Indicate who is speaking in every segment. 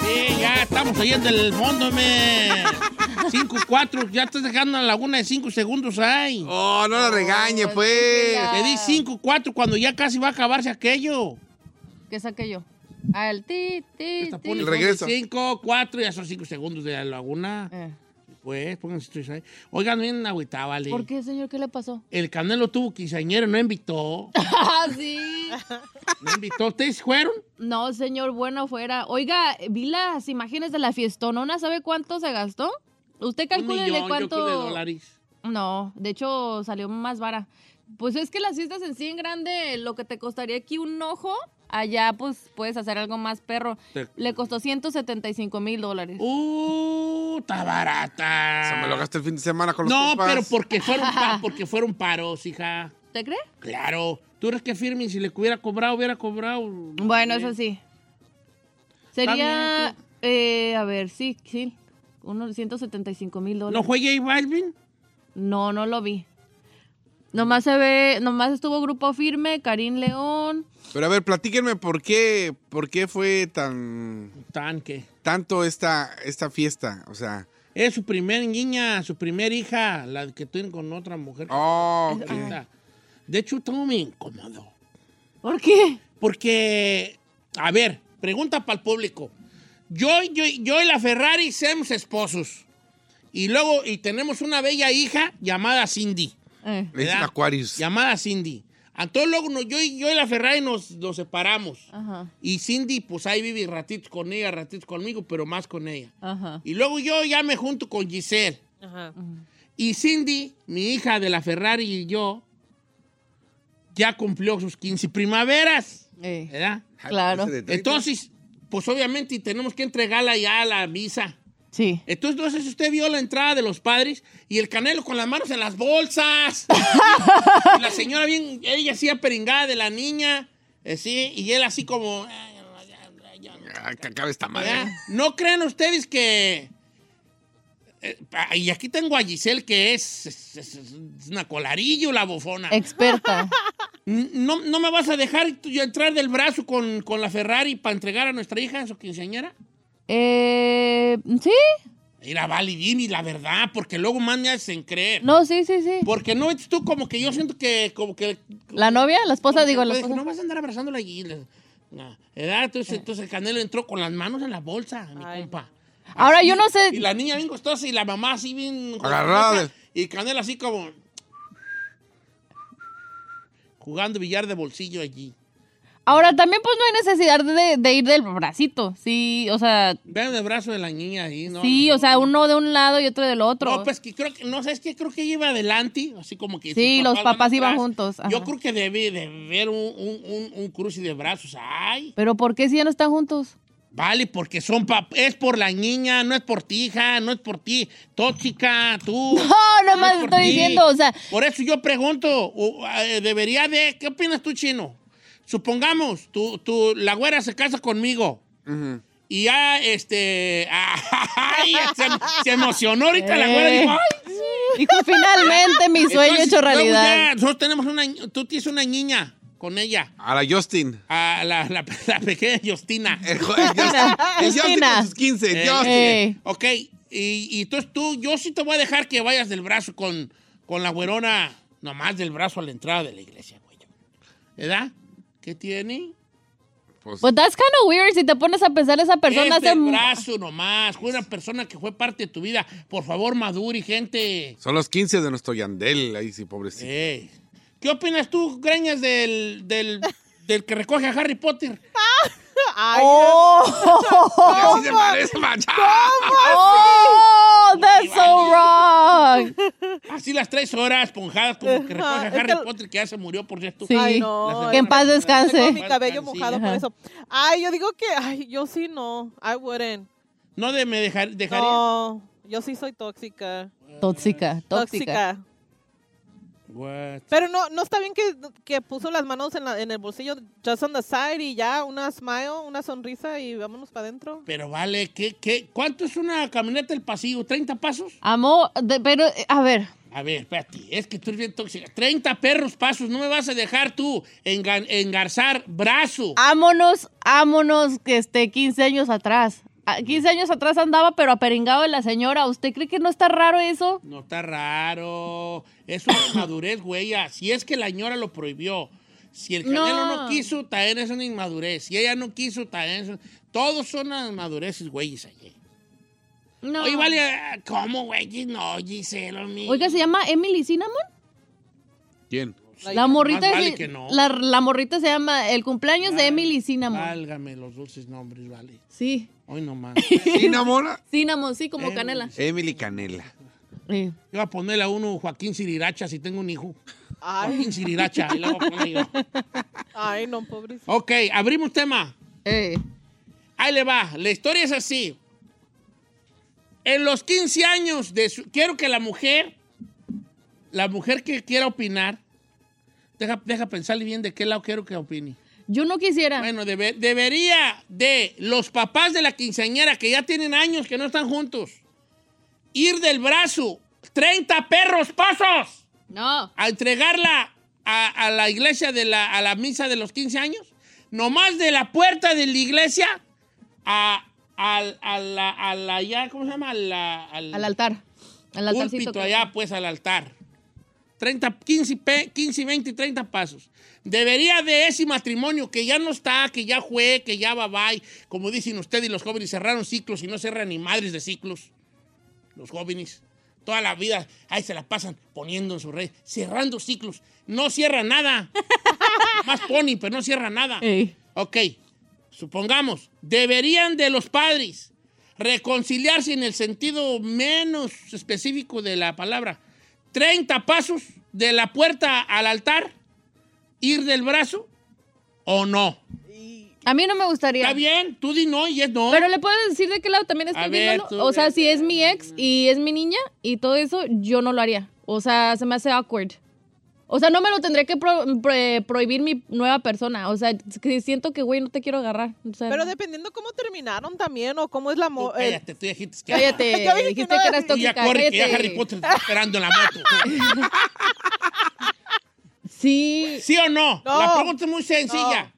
Speaker 1: Sí, ya estamos oyendo el mundo, me. 5-4, ya estás dejando la laguna de 5 segundos ahí.
Speaker 2: Oh, no la regañe, pues.
Speaker 1: Te di 5-4 cuando ya casi va a acabarse aquello.
Speaker 3: ¿Qué saqué yo? Al ti, ti, ti.
Speaker 2: pone- Regresa.
Speaker 1: 5-4, ya son 5 segundos de la laguna.
Speaker 3: Eh,
Speaker 1: Pues, pónganse esto ahí. Oigan, bien agüita, vale.
Speaker 3: ¿Por qué, señor? ¿Qué le pasó?
Speaker 1: El Canelo tuvo quinceañero, no invitó.
Speaker 3: ¡Ah, sí!
Speaker 1: No invitó. ¿Ustedes fueron?
Speaker 3: No, señor, buena fuera. Oiga, vi las imágenes de la fiestonona. ¿Sabe cuánto se gastó? Usted
Speaker 1: Un millón,
Speaker 3: calcúlele
Speaker 1: yo
Speaker 3: cuánto...
Speaker 1: creo, de dólares.
Speaker 3: No, de hecho salió más vara. Pues es que las fiestas en sí en grande, lo que te costaría aquí un ojo, allá pues puedes hacer algo más perro.
Speaker 1: Te-
Speaker 3: Le costó 175 mil dólares.
Speaker 1: Uh, está barata.
Speaker 2: Se me lo gasté el fin de semana con los
Speaker 1: No,
Speaker 2: compas.
Speaker 1: pero porque fueron, pa- porque fueron paros, hija.
Speaker 3: ¿Te cree?
Speaker 1: Claro. Tú eres que firme y si le hubiera cobrado, hubiera cobrado.
Speaker 3: Bueno, eso sí. Sería, eh, a ver, sí, sí, unos 175 mil
Speaker 1: ¿No
Speaker 3: dólares.
Speaker 1: fue J Balvin?
Speaker 3: No, no lo vi. Nomás se ve, nomás estuvo Grupo Firme, Karim León.
Speaker 2: Pero a ver, platíquenme por qué, por qué fue tan
Speaker 1: Tanque.
Speaker 2: tanto esta, esta fiesta. O sea,
Speaker 1: Es su primer niña, su primer hija, la que tiene con otra mujer.
Speaker 2: oh, ok.
Speaker 1: Ahorita. De hecho, todo me incómodo.
Speaker 3: ¿Por qué?
Speaker 1: Porque, a ver, pregunta para el público. Yo, y- yo, y- yo y la Ferrari somos esposos. Y luego, y tenemos una bella hija llamada Cindy.
Speaker 3: Eh,
Speaker 2: le dicen
Speaker 1: ¿Verdad?
Speaker 2: Aquarius.
Speaker 1: Llamada Cindy. Entonces luego no- yo, y- yo y la Ferrari nos, nos separamos.
Speaker 3: ajá,
Speaker 1: Y Cindy, pues ahí vive ratitos con ella, ratitos conmigo, pero más con ella.
Speaker 3: ajá.
Speaker 1: Y luego yo ya me junto con Giselle. Y Cindy, mi hija de la Ferrari y yo, ya cumplió sus 15 primaveras.
Speaker 3: eh.
Speaker 1: ¿Verdad?
Speaker 3: Claro.
Speaker 1: Entonces, pues obviamente tenemos que entregarla ya a la misa.
Speaker 3: Sí.
Speaker 1: Entonces, no sé si usted vio la entrada de los padres y el canelo con las manos en las bolsas. Y la señora bien, ella así peringada de la niña, eh, sí, y él así como...
Speaker 2: Ah, que acabe esta madre.
Speaker 1: ¿verdad? No crean ustedes que... eh, pa- Y aquí tengo a Giselle, que es, es- es- es una colarillo la bofona.
Speaker 3: Experta.
Speaker 1: N- ¿No, no me vas a dejar tú- yo entrar del brazo con, con la Ferrari para entregar a nuestra hija a su quinceañera?
Speaker 3: eh, sí.
Speaker 1: Mira, vale, dime la verdad, porque luego más me hacen creer.
Speaker 3: No, sí, sí, sí.
Speaker 1: Porque no es tú como que yo siento que como que
Speaker 3: La novia, la
Speaker 1: como
Speaker 3: esposa,
Speaker 1: que
Speaker 3: digo, la
Speaker 1: puedes-
Speaker 3: esposa.
Speaker 1: no vas a andar abrazándola allí. Le- No. ¿Verdad? Entonces, entonces el Canelo entró con las manos en la bolsa, mi compa.
Speaker 3: Ahora
Speaker 1: Así,
Speaker 3: yo no sé-
Speaker 1: Y la niña bien costosa y la mamá así bien
Speaker 2: Agarrada.
Speaker 1: jocosa, Y Canelo así como jugando billar de bolsillo allí.
Speaker 3: Ahora también pues no hay necesidad de, de ir del bracito. Sí, o sea,
Speaker 1: Vean el brazo de la niña ahí, ¿no?
Speaker 3: sí, o sea, uno de un lado y otro del otro.
Speaker 1: No, pues que creo que, no sé, es que creo que ella iba adelante, así como que.
Speaker 3: Sí,
Speaker 1: sus
Speaker 3: los
Speaker 1: van
Speaker 3: papás iban
Speaker 1: atrás.
Speaker 3: juntos, ajá.
Speaker 1: Yo creo que debe de ver un, un, un- un cruce de brazos. Ay,
Speaker 3: Pero ¿por qué si ya no están juntos?
Speaker 1: vale, porque son pap es por la niña, no es por ti, hija, no es por ti, tóxica, tú.
Speaker 3: No,
Speaker 1: es
Speaker 3: nomás
Speaker 1: por
Speaker 3: estoy
Speaker 1: ti.
Speaker 3: diciendo, o sea,
Speaker 1: Por eso yo pregunto, o, eh, debería de. ¿Qué opinas tú, chino? Supongamos, tú, tú, la güera se casa conmigo.
Speaker 2: Ujú.
Speaker 1: Y ya, este. ay, se, se emocionó ahorita la güera.
Speaker 3: Eh.
Speaker 1: Dijo, ay,
Speaker 3: dijo, finalmente mi sueño
Speaker 1: Entonces,
Speaker 3: hecho
Speaker 1: luego
Speaker 3: realidad.
Speaker 1: ya, nosotros tenemos una, ni- tú tienes una niña con ella,
Speaker 2: A la Justin.
Speaker 1: a la, la- la pequeña Justina.
Speaker 2: El jo- el Justin, el Justin
Speaker 3: Justina.
Speaker 2: con sus 15.
Speaker 1: Eh,
Speaker 2: Eh, Justin.
Speaker 3: Eh.
Speaker 1: Ok, y, y entonces tú, yo sí te voy a dejar que vayas del brazo con, con la güerona, nomás del brazo a la entrada de la iglesia, güey. ¿Verdad? ¿Qué tiene?
Speaker 2: Pues,
Speaker 3: But that's kind of weird si te pones a pensar esa persona.
Speaker 1: Es
Speaker 3: hace
Speaker 1: del
Speaker 3: mu-
Speaker 1: Este brazo nomás. Fue una persona que fue parte de tu vida. Por favor, maduri, gente.
Speaker 2: son los 15 de nuestro Yandel, ahí sí, pobrecito.
Speaker 1: Ey. ¿Qué opinas tú, Greñas, del, del, del que recoge a Harry Potter?
Speaker 2: Así se parece, macha.
Speaker 3: ¡Oh! That's so wrong.
Speaker 1: Así Ah, las tres horas ponjadas como el que recoge a
Speaker 4: Ajá, es
Speaker 1: Harry
Speaker 4: que-
Speaker 1: Potter que ya se murió, por cierto.
Speaker 3: Sí.
Speaker 4: Ay,
Speaker 1: La
Speaker 4: no.
Speaker 1: semana
Speaker 3: Que en paz
Speaker 1: pasada.
Speaker 3: descanse.
Speaker 4: Tengo mi
Speaker 1: Sí.
Speaker 4: cabello mojado por
Speaker 3: Ajá.
Speaker 4: eso. Ay, yo digo que, ay, yo sí no. I wouldn't.
Speaker 1: No de, me dejar, dejaría.
Speaker 4: No, yo sí soy tóxica.
Speaker 3: Tóxica, tóxica.
Speaker 4: Tóxica.
Speaker 1: What?
Speaker 4: Pero no, no está bien que, que puso las manos en, la- en el bolsillo, just on the side, y ya una smile, una sonrisa, y vámonos para adentro.
Speaker 1: Pero vale, ¿qué, qué? ¿cuánto es una camioneta del pasillo? ¿30 pasos?
Speaker 3: Amo, de- pero, eh, a ver,
Speaker 1: A ver, espérate, es que tú eres bien tóxica. 30 perros pasos, no me vas a dejar tú engan- engarzar brazo.
Speaker 4: Ah.
Speaker 3: ámonos, ámonos, que este, 15 años atrás. Ah, 15 años atrás andaba, pero aperingado de la señora. ¿Usted cree que no está raro eso?
Speaker 1: No está raro. Es una inmadurez, güey. Si es que la señora lo prohibió. Si el canelo no,
Speaker 3: No.
Speaker 1: quiso, también es una inmadurez. Si ella no quiso, también es un- Todos son inmadureces, güeyes, allí.
Speaker 3: No.
Speaker 1: Oye, vale, ah, ¿cómo, güey? No, Giselo, mi...
Speaker 3: Oiga, ¿se llama Emily Cinnamon?
Speaker 2: ¿Quién?
Speaker 3: La morrita,
Speaker 1: Más vale
Speaker 3: se-
Speaker 1: que no.
Speaker 3: la, la morrita se llama El cumpleaños de Emily Cinnamon.
Speaker 1: Válgame los dulces nombres, vale.
Speaker 3: Sí,
Speaker 1: Hoy nomás.
Speaker 2: ¿Sí, Namora?
Speaker 3: Cinnamon, sí, como
Speaker 1: Emily.
Speaker 3: canela.
Speaker 2: Emily Canela.
Speaker 3: Sí.
Speaker 1: Yo voy a ponerle a uno Joaquín Siriracha si tengo un hijo.
Speaker 4: Ay,
Speaker 1: Joaquín Siriracha. ahí lo voy a poner yo.
Speaker 4: ay, no, pobrecito.
Speaker 1: ok, abrimos tema.
Speaker 3: Eh.
Speaker 1: Ahí le va. La historia es así. En los 15 años de su- Quiero que la mujer, la mujer que quiera opinar, deja, deja pensarle bien de qué lado quiero que opine.
Speaker 3: Yo no quisiera.
Speaker 1: Bueno, debe- debería de los papás de la quinceañera que ya tienen años que no están juntos, ir del brazo 30 perros pasos.
Speaker 3: No.
Speaker 1: a entregarla a, a la iglesia de la, a la misa de los 15 años, nomás de la puerta de la iglesia a, al- a la, a la- ya, ¿cómo se llama? A la- al,
Speaker 3: Al altar. Al altarcito.
Speaker 1: púlpito
Speaker 3: que-
Speaker 1: allá, pues al altar. 30, 15, pe- 15, 20 y 30 pasos. Debería de ese matrimonio que ya no está, que ya fue, que ya va bye, como dicen ustedes, los jóvenes cerraron ciclos y no cerran ni madres de ciclos. Los jóvenes, toda la vida, ahí se la pasan poniendo en su red, cerrando ciclos. No cierra nada. Más pony, pero no cierra nada.
Speaker 5: Eh,
Speaker 3: Ey.
Speaker 1: Ok, supongamos, deberían de los padres reconciliarse en el sentido menos específico de la palabra. 30 pasos de la puerta al altar, ir del brazo o no.
Speaker 3: A mí no me gustaría.
Speaker 1: Está bien, tú di no y es no.
Speaker 3: Pero le puedo decir de qué lado también
Speaker 1: A
Speaker 3: estoy
Speaker 1: ver,
Speaker 3: viéndolo.
Speaker 1: tú
Speaker 3: o sea,
Speaker 1: ve-
Speaker 3: si es mi ex y es mi niña y todo eso, yo no lo haría. O sea, se me hace awkward. O sea, no me lo tendría que pro- pre- prohibir mi nueva persona. O sea, es que siento que, güey, no te quiero agarrar. O sea,
Speaker 4: Pero
Speaker 3: no.
Speaker 4: dependiendo cómo terminaron también, o cómo es la...
Speaker 1: Tú
Speaker 4: mo- el-
Speaker 1: cállate, tú dijiste que...
Speaker 3: Cállate,
Speaker 4: Ya vi que
Speaker 3: dijiste
Speaker 4: no.
Speaker 3: que eras
Speaker 1: Tú ya
Speaker 3: tóxica.
Speaker 1: corre, que ya
Speaker 3: cállate.
Speaker 1: Harry Potter está esperando en la moto.
Speaker 3: Sí.
Speaker 1: ¿Sí o no?
Speaker 4: No.
Speaker 1: La pregunta es muy sencilla.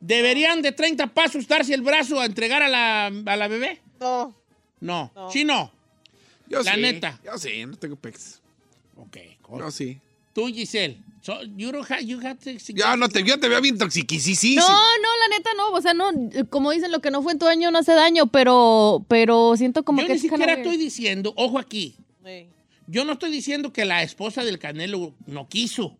Speaker 1: ¿Deberían de 30 pasos darse el brazo a entregar a la, a la bebé?
Speaker 4: No.
Speaker 1: No.
Speaker 4: No.
Speaker 1: ¿Sí no?
Speaker 2: Yo
Speaker 1: La
Speaker 2: sí,
Speaker 1: neta.
Speaker 2: Yo sí, no tengo pex.
Speaker 1: Ok, corre.
Speaker 2: Yo sí.
Speaker 1: Tú, Giselle. So, you don't have, you have to-
Speaker 2: Yo, no te, yo te veo bien toxiquisísimo.
Speaker 3: No, no, la neta no. O sea, no, como dicen, lo que no fue en tu año no hace daño, pero, pero siento como
Speaker 1: Yo
Speaker 3: que
Speaker 1: ni
Speaker 3: es kinda
Speaker 1: siquiera
Speaker 3: weird.
Speaker 1: estoy diciendo, ojo aquí,
Speaker 4: Ey.
Speaker 1: yo no estoy diciendo que la esposa del Canelo no quiso.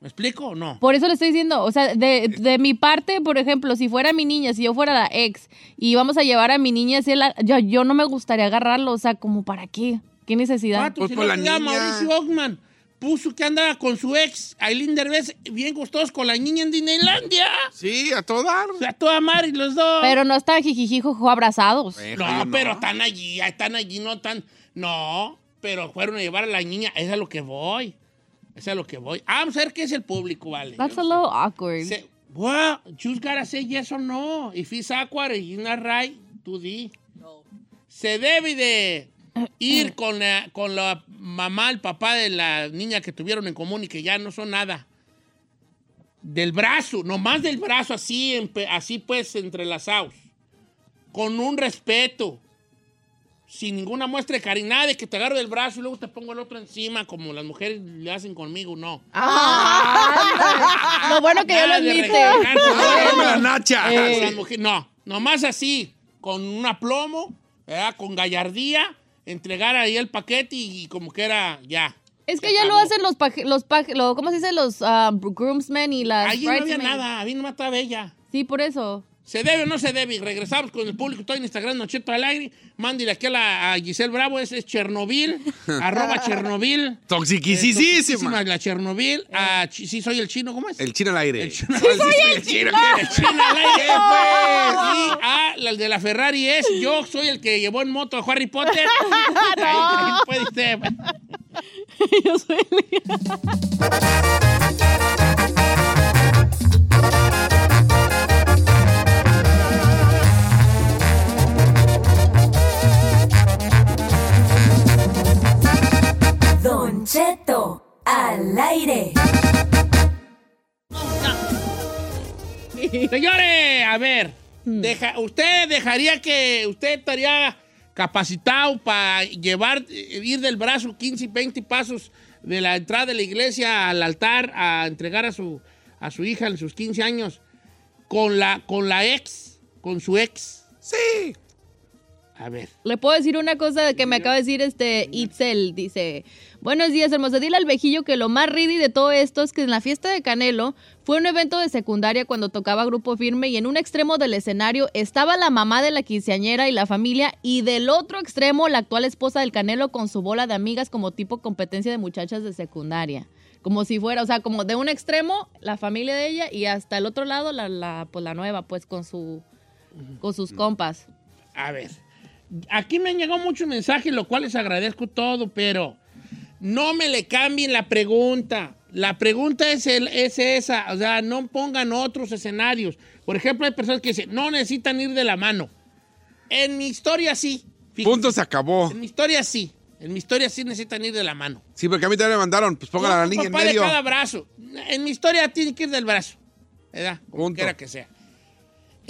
Speaker 1: ¿Me explico o no?
Speaker 3: Por eso le estoy diciendo, o sea, de, de mi parte, por ejemplo, si fuera mi niña, si yo fuera la ex y vamos a llevar a mi niña, si la- yo, yo no me gustaría agarrarlo, o sea, como para qué, qué necesidad.
Speaker 1: Pato,
Speaker 2: Pues
Speaker 1: si
Speaker 2: por
Speaker 1: no
Speaker 2: la
Speaker 1: te da
Speaker 2: niña.
Speaker 1: Mauricio Ogman puso que andaba con su ex, Aileen Derbez, bien gustosos con la niña en Disneylandia.
Speaker 2: Sí, a todo dar.
Speaker 1: O sea, toda madre los dos.
Speaker 3: Pero no está jijijijojo abrazados.
Speaker 2: Yo
Speaker 1: no, pero están allí, están allí, no están... No, pero fueron a llevar a la niña, es a lo que voy. Es a lo que voy. Ah, Vamos a ver qué es el público, vale.
Speaker 3: That's
Speaker 1: Yo
Speaker 3: a
Speaker 1: no sé.
Speaker 3: little awkward.
Speaker 1: Say, well, you gotta say yes or no. If it's awkward, if it's not right, tú di. Se debe de ir con la, con la mamá, el papá de la niña que tuvieron en común y que ya no son nada. Del brazo, nomás del brazo, así, empe- así pues, entrelazados. Con un respeto. sin ninguna muestra de cariño, nada de que te agarro del brazo y luego te pongo el otro encima, como las mujeres le hacen conmigo, no.
Speaker 3: Ah, Lo bueno que yo lo
Speaker 1: Nada de
Speaker 3: admite.
Speaker 1: recargar con
Speaker 2: Dame la
Speaker 1: dedos.
Speaker 2: nacha.
Speaker 1: Ajá, sí, las mujeres- no, nomás así, con un aplomo, ¿verdad? con gallardía, entregar ahí el paquete y, y como que era ya.
Speaker 3: Es que
Speaker 1: Se
Speaker 3: ya lo
Speaker 1: acabó.
Speaker 3: hacen los paje- los paje- lo- ¿cómo se dice? Los ah, groomsmen y las
Speaker 1: Allí no había
Speaker 3: bridesmaids.
Speaker 1: nada, había nomás estaba ella.
Speaker 3: Sí, por eso.
Speaker 1: ¿Se debe o no se debe? Y Regresamos con el público. Estoy en Instagram, Nocheto al aire. Mándile aquí a, la, a Giselle Bravo, ese es Chernobyl, arroba Chernobyl.
Speaker 2: Toxiquisísima.
Speaker 1: Toxicísima, La Chernobyl. Ah, chi- sí, soy el chino, ¿cómo es?
Speaker 2: El chino al aire.
Speaker 1: El chino
Speaker 2: Ah, sí, soy el chino.
Speaker 1: El chino al aire, pues. Y ah, la de la Ferrari es yo soy el que llevó en moto a Harry Potter. Ahí- ahí puede ser. pues.
Speaker 3: yo soy el-
Speaker 6: Don Cheto, al aire.
Speaker 1: Señores, a ver, deja- usted dejaría que usted estaría capacitado para llevar, eh, ir del brazo 15, 20 pasos de la entrada de la iglesia al altar a entregar a su, a su hija en sus 15 años con la, con la ex, con su ex.
Speaker 2: Sí.
Speaker 1: A ver.
Speaker 3: Le puedo decir una cosa que me acaba de decir este Itzel. Dice, buenos días, hermosa. Dile al vejillo que lo más riddy de todo esto es que en la fiesta de Canelo fue un evento de secundaria cuando tocaba grupo firme y en un extremo del escenario estaba la mamá de la quinceañera y la familia y del otro extremo la actual esposa del Canelo con su bola de amigas como tipo competencia de muchachas de secundaria. Como si fuera, o sea, como de un extremo la familia de ella y hasta el otro lado la, la, pues, la nueva, pues con su con sus compas.
Speaker 1: A ver, aquí me han llegado muchos mensajes, lo cual les agradezco todo, pero no me le cambien la pregunta. La pregunta es, el- es esa, o sea, no pongan otros escenarios. Por ejemplo, hay personas que dicen, no necesitan ir de la mano. En mi historia sí. Fíjate,
Speaker 2: Punto se acabó.
Speaker 1: En mi historia sí. En mi historia sí necesitan ir de la mano.
Speaker 2: Sí, porque a mí también me mandaron. Pues pongan a la
Speaker 1: Yo,
Speaker 2: niña en
Speaker 1: papá
Speaker 2: medio.
Speaker 1: de cada brazo. En mi historia tiene que ir del brazo. ¿Verdad? Como
Speaker 2: Punto.
Speaker 1: quiera que sea.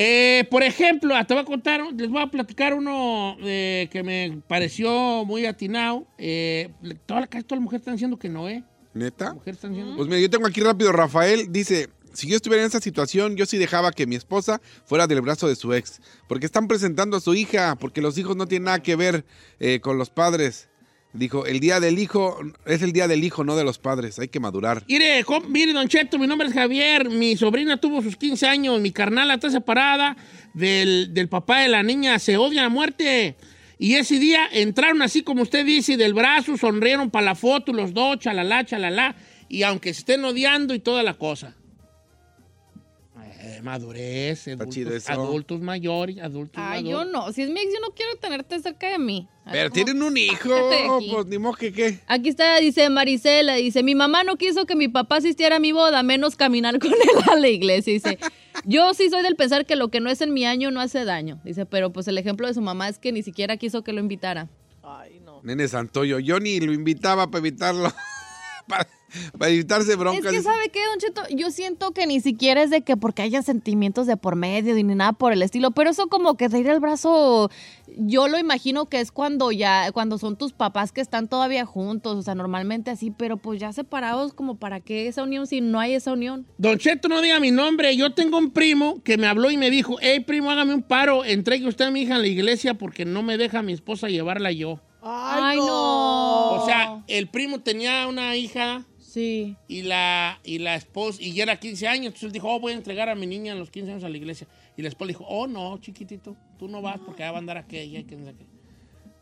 Speaker 1: Eh, por ejemplo, ah, te voy a contar, un- les voy a platicar uno eh, que me pareció muy atinado. Eh, toda la, casi todas las mujeres están diciendo que no, ¿eh?
Speaker 2: ¿Neta?
Speaker 1: Las mujeres están diciendo
Speaker 2: Pues mira, yo tengo aquí rápido, Rafael dice, si yo estuviera en esa situación, yo sí dejaba que mi esposa fuera del brazo de su ex, porque están presentando a su hija, porque los hijos no tienen nada que ver eh, con los padres. Dijo, el día del hijo es el día del hijo, no de los padres, hay que madurar.
Speaker 1: Mire, com- mire, Don Cheto, mi nombre es Javier. Mi sobrina tuvo sus 15 años. Mi carnala está separada del, del papá de la niña. Se odian a muerte. Y ese día entraron así como usted dice, del brazo, sonrieron para la foto, los dos, chalala, chalala. Y aunque se estén odiando y toda la cosa. Eh, madurez,
Speaker 2: chido
Speaker 1: adultos,
Speaker 2: eso.
Speaker 1: adultos mayores, adultos
Speaker 3: Ay, yo
Speaker 1: maduros.
Speaker 3: no. Si es mi ex, yo no quiero tenerte cerca de mí. Así
Speaker 2: Pero
Speaker 3: como-
Speaker 2: tienen un hijo,
Speaker 3: Sácate de aquí.
Speaker 2: pues ni modo que qué.
Speaker 3: Aquí está, dice Marisela, dice, mi mamá no quiso que mi papá asistiera a mi boda, menos caminar con él a la iglesia. Dice, yo sí soy del pensar que lo que no es en mi año no hace daño. Dice, pero pues el ejemplo de su mamá es que ni siquiera quiso que lo invitara.
Speaker 4: Ay, no.
Speaker 2: Nene Santoyo, yo ni lo invitaba para evitarlo, para, para evitarse broncas.
Speaker 3: es que,
Speaker 2: dice.
Speaker 3: ¿sabe qué, Don Cheto? Yo siento que ni siquiera es de que porque haya sentimientos de por medio y ni nada por el estilo, pero eso como que de ir al brazo, yo lo imagino que es cuando ya, cuando son tus papás que están todavía juntos, o sea, normalmente así, pero pues ya separados, como para qué esa unión si no hay esa unión.
Speaker 1: Don Cheto, no diga mi nombre. Yo tengo un primo que me habló y me dijo, hey, primo, hágame un paro. Entregue usted a mi hija en la iglesia porque no me deja mi esposa llevarla yo.
Speaker 4: Ay,
Speaker 3: Ay, no.
Speaker 1: O sea, el primo tenía una hija
Speaker 3: Sí.
Speaker 1: y la, y la esposa, y ya era 15 años, entonces él dijo, oh, voy a entregar a mi niña a los 15 años a la iglesia. Y la esposa dijo, oh, no, chiquitito, tú no vas porque ya va a andar aquella. Que, que,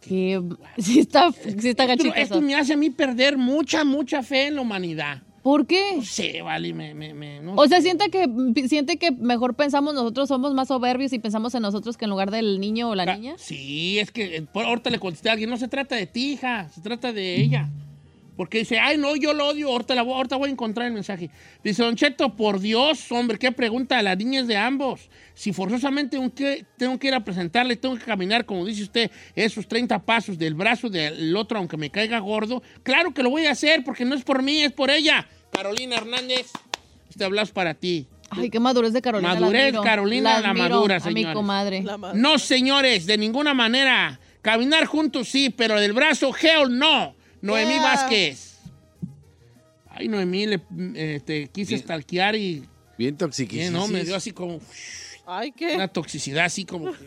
Speaker 3: Que sí está, sí está
Speaker 1: Esto,
Speaker 3: gachito
Speaker 1: esto
Speaker 3: eso.
Speaker 1: me hace a mí perder mucha, mucha fe en la humanidad.
Speaker 3: ¿Por qué?
Speaker 1: No sé, vale, me... me, me- no
Speaker 3: O sea,
Speaker 1: sé.
Speaker 3: siente que, siente que mejor pensamos nosotros, somos más soberbios y pensamos en nosotros que en lugar del niño o la
Speaker 1: Ca-
Speaker 3: niña.
Speaker 1: Ah, Sí, es que eh, por- ahorita le contesté a alguien, no se trata de ti, hija, se trata de ella. Porque dice, ay, no, yo lo odio, ahorita, la voy, ahorita voy a encontrar el mensaje. Dice, Don Cheto, por Dios, hombre, qué pregunta, la niña es de ambos. Si forzosamente tengo que, tengo que ir a presentarle, tengo que caminar, como dice usted, esos 30 pasos del brazo del otro, aunque me caiga gordo, claro que lo voy a hacer, porque no es por mí, es por ella. Carolina Hernández, este abrazo para ti.
Speaker 3: Ay, qué madurez de Carolina. la
Speaker 1: Madurez,
Speaker 3: admiro.
Speaker 1: Carolina, la
Speaker 3: admiro
Speaker 1: madura,
Speaker 3: A mi
Speaker 1: señores.
Speaker 3: comadre.
Speaker 4: La madre.
Speaker 1: No, señores, de ninguna manera. Caminar juntos sí, pero del brazo, hell no. Noemí
Speaker 4: Yeah.
Speaker 1: Vázquez. Ay, Noemí, le eh, te quise stalkear y
Speaker 2: Bien
Speaker 1: ¿qué,
Speaker 2: toxiquísimo.
Speaker 1: no, me dio así como
Speaker 4: Ay, ¿qué?
Speaker 1: una toxicidad, así como. que-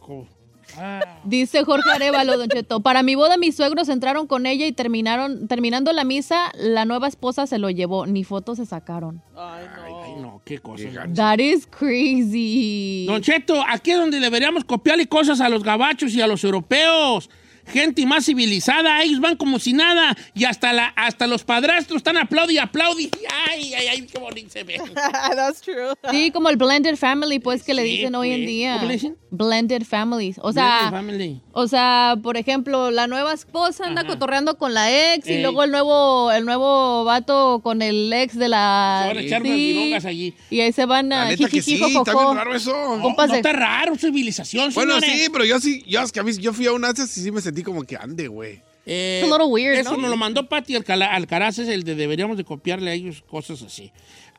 Speaker 1: como- ah.
Speaker 3: Dice Jorge Arevalo, Don Cheto. Para mi boda, mis suegros entraron con ella y terminaron, terminando la misa, la nueva esposa se lo llevó. Ni fotos se sacaron.
Speaker 4: Ay,
Speaker 1: Ay,
Speaker 4: no.
Speaker 1: ay, no, qué cosa.
Speaker 2: Qué gacho.
Speaker 3: That is crazy.
Speaker 1: Don Cheto, aquí es donde deberíamos copiarle cosas a los gabachos y a los europeos. Gente más civilizada, ellos van como si nada. Y hasta, la, hasta los padrastros están aplaudi y aplaudi. Ay, ay, ay, qué bonito se ve.
Speaker 4: That's true.
Speaker 3: Sí, como el blended family, pues, que le
Speaker 1: Sí,
Speaker 3: dicen hoy en
Speaker 1: pues.
Speaker 3: día.
Speaker 1: ¿Cómo le dicen?
Speaker 3: Blended families. O
Speaker 1: Blended
Speaker 3: sea,
Speaker 1: family.
Speaker 3: o sea, por ejemplo, la nueva esposa anda cotorreando con la ex
Speaker 1: Ey.
Speaker 3: y luego el nuevo, el nuevo vato con el ex de la.
Speaker 1: Ahora echar unas virongas allí.
Speaker 3: Y ahí se van a
Speaker 2: La neta que
Speaker 3: jijiji,
Speaker 2: sí, está
Speaker 3: jojojo.
Speaker 2: bien raro eso.
Speaker 1: No,
Speaker 3: Compas
Speaker 1: no
Speaker 3: de-
Speaker 1: está raro, civilización,
Speaker 2: Bueno,
Speaker 1: señores.
Speaker 2: sí, pero yo sí, yo es que a mí, yo fui a una de esas y sí me sentí como que ande, güey.
Speaker 1: Eh,
Speaker 3: It's a little weird,
Speaker 1: eso
Speaker 3: ¿no?
Speaker 1: nos lo mandó Pati Alcala- Alcaraz, es el de deberíamos de copiarle a ellos cosas así.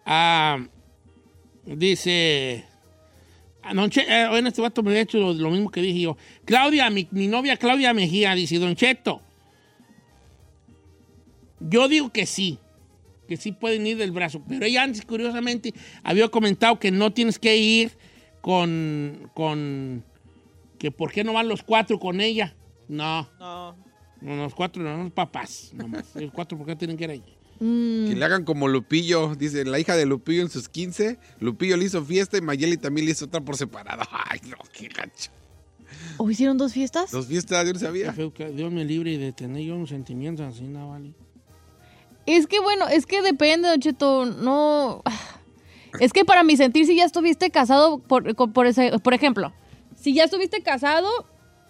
Speaker 1: Ah, dice... Anoche, eh, hoy en este vato me había hecho lo, lo mismo que dije yo. Claudia, mi, mi novia Claudia Mejía, dice, Don Cheto, yo digo que sí, que sí pueden ir del brazo, pero ella antes, curiosamente, había comentado que no tienes que ir con, con, que por qué no van los cuatro con ella. No.
Speaker 4: No.
Speaker 1: No, los cuatro, no, los papás. Nomás. Los cuatro, ¿por qué tienen que ir ahí? Mm.
Speaker 2: Que le hagan como Lupillo. Dice, la hija de Lupillo en sus 15. Lupillo le hizo fiesta y Mayeli también le hizo otra por separado. Ay, no, qué gacho.
Speaker 3: ¿O ¿Oh, hicieron dos fiestas?
Speaker 2: Dos fiestas, yo no sabía.
Speaker 1: Feo que Dios me libre de tener yo un sentimiento así, no vale.
Speaker 3: Es que bueno, es que depende, Don Cheto. No. Es que para mi sentir, si ya estuviste casado, por, co- por, ese- por ejemplo, si ya estuviste casado,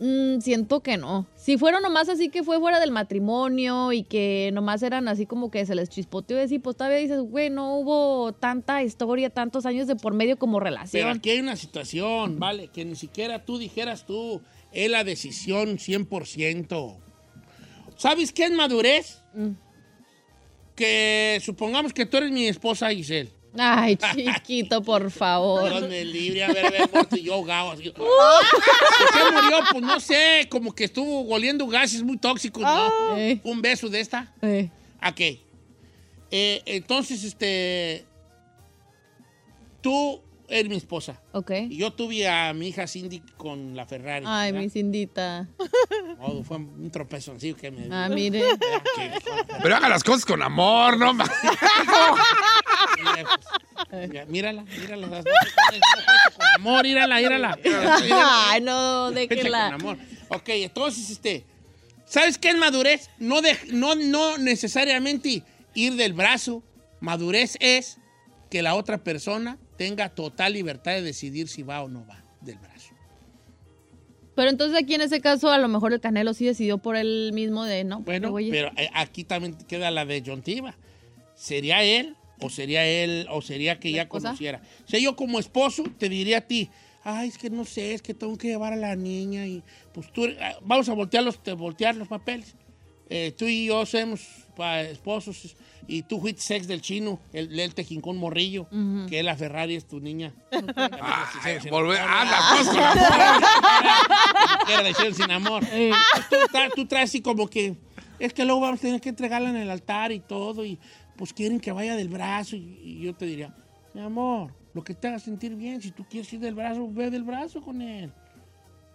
Speaker 3: mm, siento que no. Si fueron nomás así que fue fuera del matrimonio y que nomás eran así como que se les chispoteó y así, pues todavía dices, güey, no hubo tanta historia, tantos años de por medio como
Speaker 1: Pero
Speaker 3: relación.
Speaker 1: aquí hay una situación, ¿vale? Que ni siquiera tú dijeras tú, es la decisión 100%. ¿Sabes qué es madurez? Que supongamos que tú eres mi esposa, Giselle.
Speaker 3: Ay, chiquito, por
Speaker 1: Dios
Speaker 3: favor.
Speaker 1: me libre, haber haber muerto y yo ahogado. así. ¿Por qué murió? Pues no sé, como que estuvo oliendo gases muy tóxicos, ¿no?
Speaker 3: Eh,
Speaker 1: Un beso de esta.
Speaker 3: eh.
Speaker 1: Ok. Eh, entonces, este. Tú eres mi esposa.
Speaker 3: Ok.
Speaker 1: Y yo tuve a mi hija Cindy con la Ferrari.
Speaker 3: Ay,
Speaker 1: ¿verdad?
Speaker 3: mi cindita.
Speaker 1: Oh, fue un tropezoncillo que me.
Speaker 3: Ah, mire.
Speaker 1: ¿verdad? Que fue-
Speaker 2: Pero haga las cosas con amor, no más.
Speaker 1: mira, pues, mira, mírala, mírala. las dos mujeres, ¿no? Con amor, mírala, mírala. mírala.
Speaker 3: Ay, no,
Speaker 1: Fecha con
Speaker 3: déjela.
Speaker 1: amor. Ok, entonces, este. ¿Sabes qué es madurez? No, de- no, no necesariamente ir del brazo. Madurez es que la otra persona tenga total libertad de decidir si va o no va del brazo.
Speaker 3: Pero entonces aquí en ese caso a lo mejor el Canelo sí decidió por él mismo de no.
Speaker 1: Bueno,
Speaker 3: me voy a-
Speaker 1: pero eh, aquí también queda la de John Tiva. ¿Sería él o sería él o sería que
Speaker 3: ¿La
Speaker 1: ya
Speaker 3: esposa?
Speaker 1: conociera? Si yo como esposo te diría a ti, ay, es que no sé, es que tengo que llevar a la niña y pues tú, ah, vamos a voltear los, te- voltear los papeles. Eh, tú y yo somos pa- esposos y tú fuiste sex del chino, el, el tejincón morrillo, que la Ferrari es tu niña.
Speaker 2: Ay, volver, haz
Speaker 1: Ah.
Speaker 2: las cosas Ah, eh, con amor.
Speaker 1: Que la hicieron sin amor. Tú, tra- tú traes así como que. Es que luego vamos a tener que entregarla en el altar y todo. Y pues quieren que vaya del brazo. Y, y yo te diría, mi amor, lo que te haga sentir bien. Si tú quieres ir del brazo, ve del brazo con él.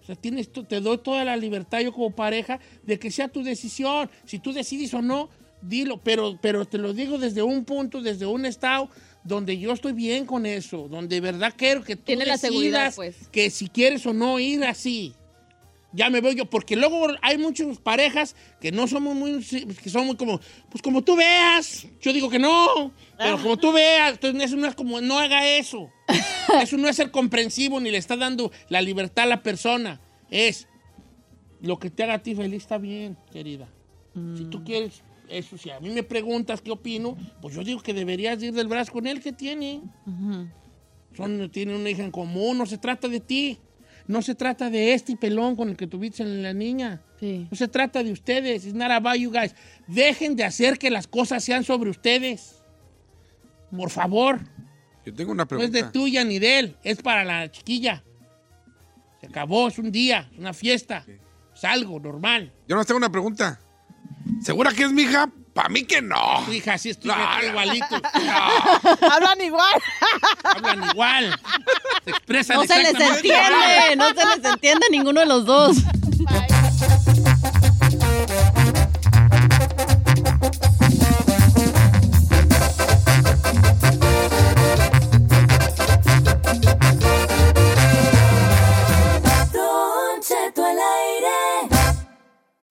Speaker 1: O sea, tienes, to- te doy toda la libertad yo como pareja de que sea tu decisión. Si tú decides o no, dilo. Pero, pero te lo digo desde un punto, desde un estado donde yo estoy bien con eso. Donde de verdad quiero que tú
Speaker 3: Tiene la
Speaker 1: decidas
Speaker 3: seguridad, pues.
Speaker 1: que si quieres o no ir así. Ya me veo yo, porque luego hay muchas parejas que no somos muy, que son muy como, pues como tú veas, yo digo que no, pero como tú veas, entonces eso no es como, no haga eso. Eso no es ser comprensivo ni le está dando la libertad a la persona. Es lo que te haga a ti feliz está bien, querida. Si tú quieres, eso, si a mí me preguntas qué opino, pues yo digo que deberías ir del brazo con él que tiene. Son, tienen una hija en común, no se trata de ti. No se trata de este pelón con el que tuviste en la niña.
Speaker 3: Sí.
Speaker 1: No se trata de ustedes. It's not about you guys. Dejen de hacer que las cosas sean sobre ustedes. Por favor.
Speaker 2: Yo tengo una
Speaker 1: No es Pues de
Speaker 2: pregunta.
Speaker 1: tuya ni de él. Es para la chiquilla. Se acabó, es un día, es una fiesta. Es algo normal.
Speaker 2: Yo no tengo una pregunta. ¿Segura que es mi hija? Para mí que no.
Speaker 1: Tu hija, sí, es tu
Speaker 2: No,
Speaker 1: hija,
Speaker 2: no.
Speaker 1: igualito.
Speaker 4: Hablan igual.
Speaker 1: Hablan igual. Se expresan
Speaker 3: No se les
Speaker 1: exactamente igual.
Speaker 3: entiende, no se les entiende ninguno de los dos.
Speaker 6: Don Cheto al aire.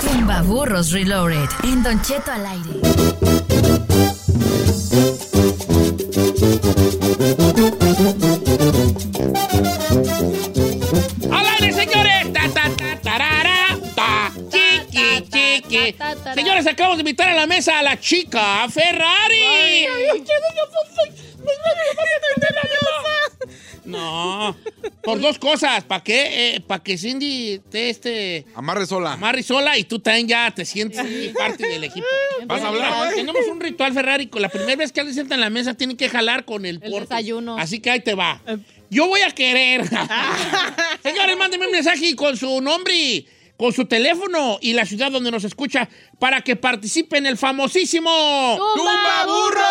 Speaker 7: Tumbaburros Reloaded en Don Cheto al aire.
Speaker 1: ¡Al aire, señores! Ta, ta, ta, tarara, ta. Chiqui, chiqui.
Speaker 3: ta, ta, ta.
Speaker 1: Señores, acabamos de invitar a la mesa a la chica Ferrari. Pues, No, por dos cosas. ¿Para qué? Eh, Para que Cindy te este,
Speaker 2: Amarre sola.
Speaker 1: amarre sola y tú también ya te sientes aquí parte del equipo.
Speaker 2: Vas a hablar, ¿eh?
Speaker 1: Tenemos un ritual, Ferrari. Con la primera vez que alguien sienta en la mesa, tiene que jalar con el,
Speaker 3: El
Speaker 1: porte.
Speaker 3: desayuno. Eh.
Speaker 1: Así que ahí te va. Yo voy a querer. Señores, mándenme un mensaje con su nombre, con su teléfono y la ciudad donde nos escucha para que participe en el famosísimo
Speaker 3: ¡Tumba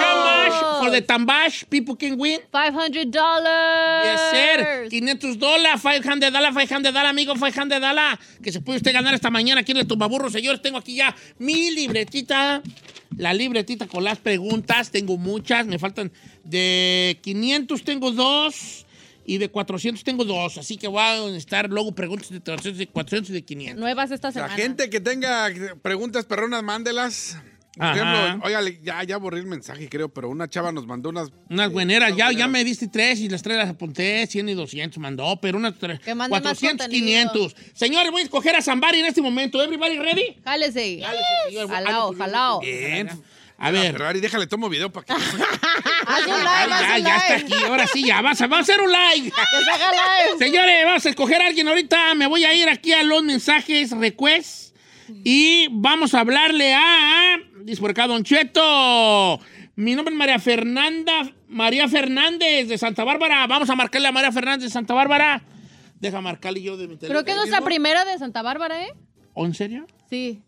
Speaker 1: Cambash for the Tambash. People can win.
Speaker 3: $500.
Speaker 1: Yes, sir. 500 dólares, 500 dólares, 500 dólares, amigo, 500 dólares. Que se puede usted ganar esta mañana aquí en el Tumbaburro, señores. Tengo aquí ya mi libretita. La libretita con las preguntas. Tengo muchas. Me faltan de 500, tengo dos. Y de 400 tengo dos. Así que voy a necesitar luego preguntas de 300, de 400 y de 500.
Speaker 3: Nuevas esta
Speaker 2: La
Speaker 3: semana.
Speaker 2: gente que tenga preguntas perronas, mándelas. Por
Speaker 1: Ajá.
Speaker 2: ejemplo, oiga, ya, ya borré el mensaje, creo, pero una chava nos mandó unas.
Speaker 1: Unas
Speaker 2: eh,
Speaker 1: bueneras,
Speaker 2: unas
Speaker 1: ya, ya
Speaker 2: bueneras.
Speaker 1: me diste tres y las tres las apunté, 100 y 200 mandó, pero unas tres,
Speaker 3: Que mande más
Speaker 1: 400,
Speaker 3: contenido.
Speaker 1: 500. Señores, voy a escoger a Zambari en este momento. ¿Everybody ready?
Speaker 3: Jálese.
Speaker 1: Jálese, señor.
Speaker 3: Jalao,
Speaker 1: Hazlo,
Speaker 3: jalao.
Speaker 2: Bien.
Speaker 1: A
Speaker 2: Mira,
Speaker 1: ver.
Speaker 2: Ferrari, déjale, tomo video para que.
Speaker 3: Haz un live,
Speaker 1: Ay, ya,
Speaker 3: haz un
Speaker 1: ya está
Speaker 3: live.
Speaker 1: aquí. Ahora sí, ya vas a, va a hacer un live.
Speaker 3: Que se haga
Speaker 4: eh.
Speaker 3: live.
Speaker 1: Señores, vamos a escoger a alguien ahorita. Me voy a ir aquí a los mensajes request. Y vamos a hablarle a. Dice por acá, Don Cheto. Mi nombre es María Fernanda. María Fernández de Santa Bárbara. Vamos a marcarle a María Fernández de Santa Bárbara. Deja marcarle yo de mi teléfono.
Speaker 3: Creo que es nuestra primera de Santa Bárbara, ¿eh?
Speaker 1: ¿O en serio?
Speaker 3: Sí.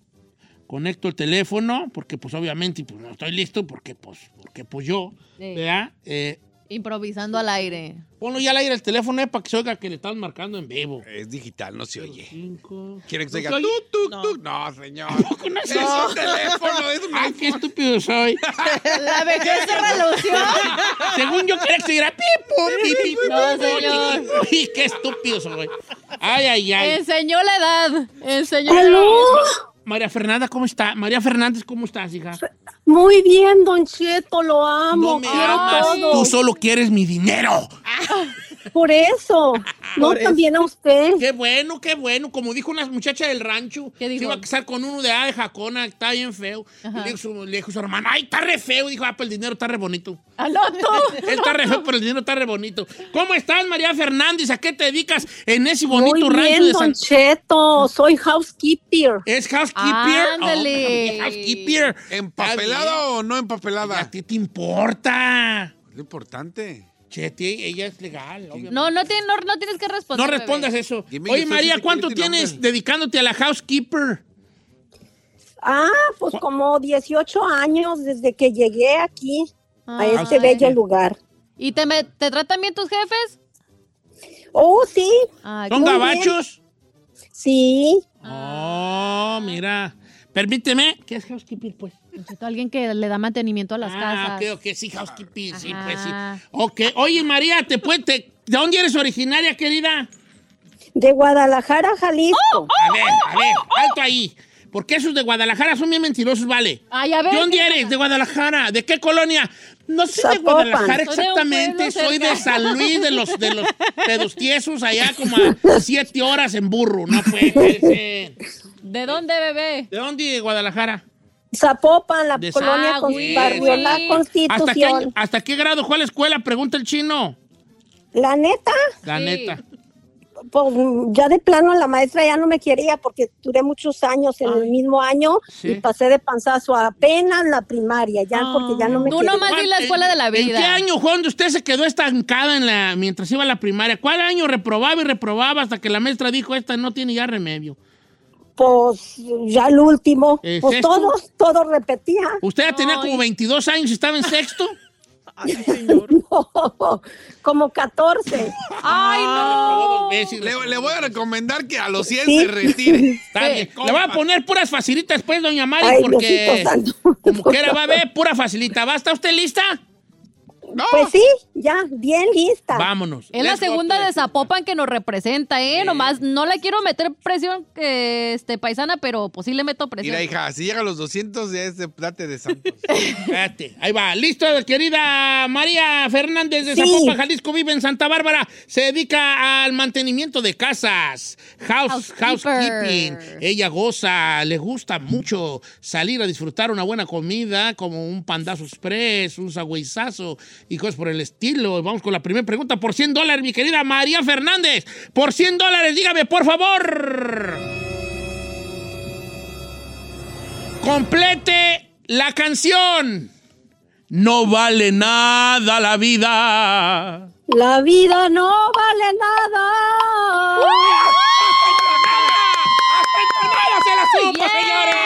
Speaker 1: conecto el teléfono, porque pues obviamente pues, no estoy listo, porque pues, porque pues yo,
Speaker 3: Sí.
Speaker 1: ¿verdad? Eh,
Speaker 3: Improvisando al aire.
Speaker 1: ponlo ya al aire el teléfono eh, para que se oiga que le están marcando en vivo.
Speaker 2: Es digital, no se oye.
Speaker 1: Cinco.
Speaker 2: ¿Quieren que se
Speaker 1: ¿No
Speaker 2: diga
Speaker 1: se oye?
Speaker 2: tú, tú, tú? No, señor.
Speaker 1: poco no se
Speaker 2: Es
Speaker 1: oye?
Speaker 2: un teléfono, es un
Speaker 1: ¡Ay, qué estúpido soy!
Speaker 3: La vejez se relució.
Speaker 1: Según yo quería que se diera pipo, pipi,
Speaker 3: No,
Speaker 1: pipo,
Speaker 3: señor.
Speaker 1: pipi. ¡Ay, qué estúpido soy! ¡Ay, ay, ay!
Speaker 3: Enseñó la edad. Enseñó la edad.
Speaker 1: María Fernanda, ¿cómo está? María Fernández, ¿cómo estás, hija?
Speaker 8: Muy bien, Don Cheto, lo
Speaker 1: No
Speaker 8: amo.
Speaker 1: me
Speaker 8: quiero
Speaker 1: amas,
Speaker 8: todo. Ah.
Speaker 1: tú solo quieres mi dinero.
Speaker 8: Por eso. No, también a usted.
Speaker 1: Qué bueno, qué bueno. Como dijo una muchacha del rancho,
Speaker 3: ¿Qué dijo?
Speaker 1: se iba a casar con uno de A de Jacona, está bien feo. Y le dijo, su, le dijo su hermano, ay, está re feo. Dijo, ah, pero el dinero está re bonito.
Speaker 3: Aló, tú.
Speaker 1: Él está re feo, pero el dinero está re bonito. ¿Cómo estás, María Fernández? ¿A qué te dedicas en ese bonito
Speaker 8: Muy
Speaker 1: rancho
Speaker 8: bien,
Speaker 1: de
Speaker 8: Don
Speaker 1: San...
Speaker 8: Cheto. Soy housekeeper.
Speaker 1: ¿Es housekeeper?
Speaker 3: Ándale.
Speaker 1: Oh, housekeeper.
Speaker 2: ¿Empapelada o no empapelada?
Speaker 1: ¿A ti te importa?
Speaker 2: Es lo importante.
Speaker 1: Chete, ella es legal, obviamente.
Speaker 3: No, no, tiene- no, no tienes que responder.
Speaker 1: No
Speaker 3: bebé.
Speaker 1: respondas eso.
Speaker 2: Dime,
Speaker 1: Oye,
Speaker 2: yo sé
Speaker 1: María,
Speaker 2: si te
Speaker 1: ¿cuánto
Speaker 2: quieres y no,
Speaker 1: tienes
Speaker 2: hombre.
Speaker 1: dedicándote a la housekeeper?
Speaker 8: Ah, pues como 18 años desde que llegué aquí,
Speaker 1: Ah,
Speaker 8: a este
Speaker 3: Ay.
Speaker 8: bello lugar.
Speaker 3: ¿Y te, me- te tratan bien tus jefes?
Speaker 8: Oh, sí.
Speaker 1: ¿Son
Speaker 8: muy bien.
Speaker 1: gabachos?
Speaker 8: Sí.
Speaker 3: Ah.
Speaker 1: Oh, mira. Permíteme. ¿Ququé es housekeeping, pues?
Speaker 3: Necesito a alguien que le da mantenimiento a las
Speaker 1: Ah,
Speaker 3: casas.
Speaker 1: ok, ok, sí, housekeeping, sí, pues sí.
Speaker 3: Ajá.
Speaker 1: Ok, oye, María, ¿te puede, te- ¿de dónde eres originaria, querida?
Speaker 8: De Guadalajara, Jalisco.
Speaker 1: A ver, a ver, alto ahí. Porque esos de Guadalajara son bien mentirosos, vale.
Speaker 3: Ay, a ver.
Speaker 1: ¿De dónde
Speaker 3: ¿qué
Speaker 1: eres? ¿De Guadalajara? ¿De qué colonia? No soy de
Speaker 8: Zapopan.
Speaker 3: Soy
Speaker 1: Guadalajara
Speaker 3: de un
Speaker 1: exactamente,
Speaker 3: pueblo
Speaker 1: soy de
Speaker 3: cerca.
Speaker 1: San Luis, de los, de los pedos tiesos, allá como a siete horas en burro. No puede ser.
Speaker 3: pasa? ¿De dónde, bebé?
Speaker 1: ¿De dónde de Guadalajara?
Speaker 8: Zapopan, la
Speaker 1: De
Speaker 8: colonia
Speaker 3: Sa-
Speaker 8: con
Speaker 3: Ah,
Speaker 8: barrio
Speaker 3: güey.
Speaker 8: La
Speaker 1: ¿Hasta qué, año-
Speaker 8: Constitución.
Speaker 1: ¿Hasta qué grado? ¿Cuál escuela? Pregunta el chino.
Speaker 8: La neta,
Speaker 1: La
Speaker 3: Sí.
Speaker 1: neta.
Speaker 8: pues ya de plano la maestra ya no me quería porque duré muchos años en el mismo año
Speaker 1: Sí. Ah.
Speaker 8: y pasé de panzazo a apenas la primaria, ya porque ya no me
Speaker 3: Tú
Speaker 8: quería.
Speaker 3: nomás di la escuela de la
Speaker 1: ¿En
Speaker 3: vida.
Speaker 1: qué año, Juan, usted se quedó estancada en la, mientras iba a la primaria? ¿Cuál año reprobaba y reprobaba hasta que la maestra dijo, esta no tiene ya remedio?
Speaker 8: Pues ya el último,
Speaker 1: ¿Es
Speaker 8: pues
Speaker 1: esto?
Speaker 8: todos, todos repetía.
Speaker 1: Usted ya tenía
Speaker 3: No,
Speaker 1: como
Speaker 3: y-
Speaker 1: 22 años y estaba en sexto.
Speaker 8: Como 14.
Speaker 3: ¡Ay,
Speaker 1: Reprobó
Speaker 3: no!
Speaker 1: dos veces y reprobó.
Speaker 2: Le, le voy a recomendar que a los 100
Speaker 8: Sí.
Speaker 2: se retire.
Speaker 1: Está bien. Le voy a poner puras facilitas pues, doña Mari,
Speaker 8: Ay,
Speaker 1: porque
Speaker 8: Diosito santo.
Speaker 1: como quiera va a ver, pura facilita. ¿Va? ¿Está usted lista?
Speaker 2: No.
Speaker 8: Pues sí, ya, bien lista.
Speaker 1: Vámonos.
Speaker 5: Eh.
Speaker 3: Es la
Speaker 1: Let's go
Speaker 3: segunda
Speaker 1: to the-
Speaker 3: de Zapopan que nos representa, ¿eh? Nomás no la quiero meter presión eh, este, paisana, pero pues sí le meto presión.
Speaker 2: Mira, hija, si llega a los 200 ya es de plate de santos.
Speaker 1: Espérate. Ahí va. Listo, querida María Fernández de
Speaker 8: Sí.
Speaker 1: Zapopan, Jalisco. Vive en Santa Bárbara. Se dedica al mantenimiento de casas. House,
Speaker 3: Housekeeper.
Speaker 1: housekeeping. Ella goza, le gusta mucho salir a disfrutar una buena comida, como un pandazo express, un sagüizazo y cosas por el estilo. Vamos con la primera pregunta. Por 100 dólares, mi querida María Fernández. Por 100 dólares, dígame, por favor. Complete la canción. No vale nada la vida.
Speaker 8: La vida no vale nada.
Speaker 1: ¡Uh! ¡Atentonada se la supo,
Speaker 3: Yeah.
Speaker 1: señores!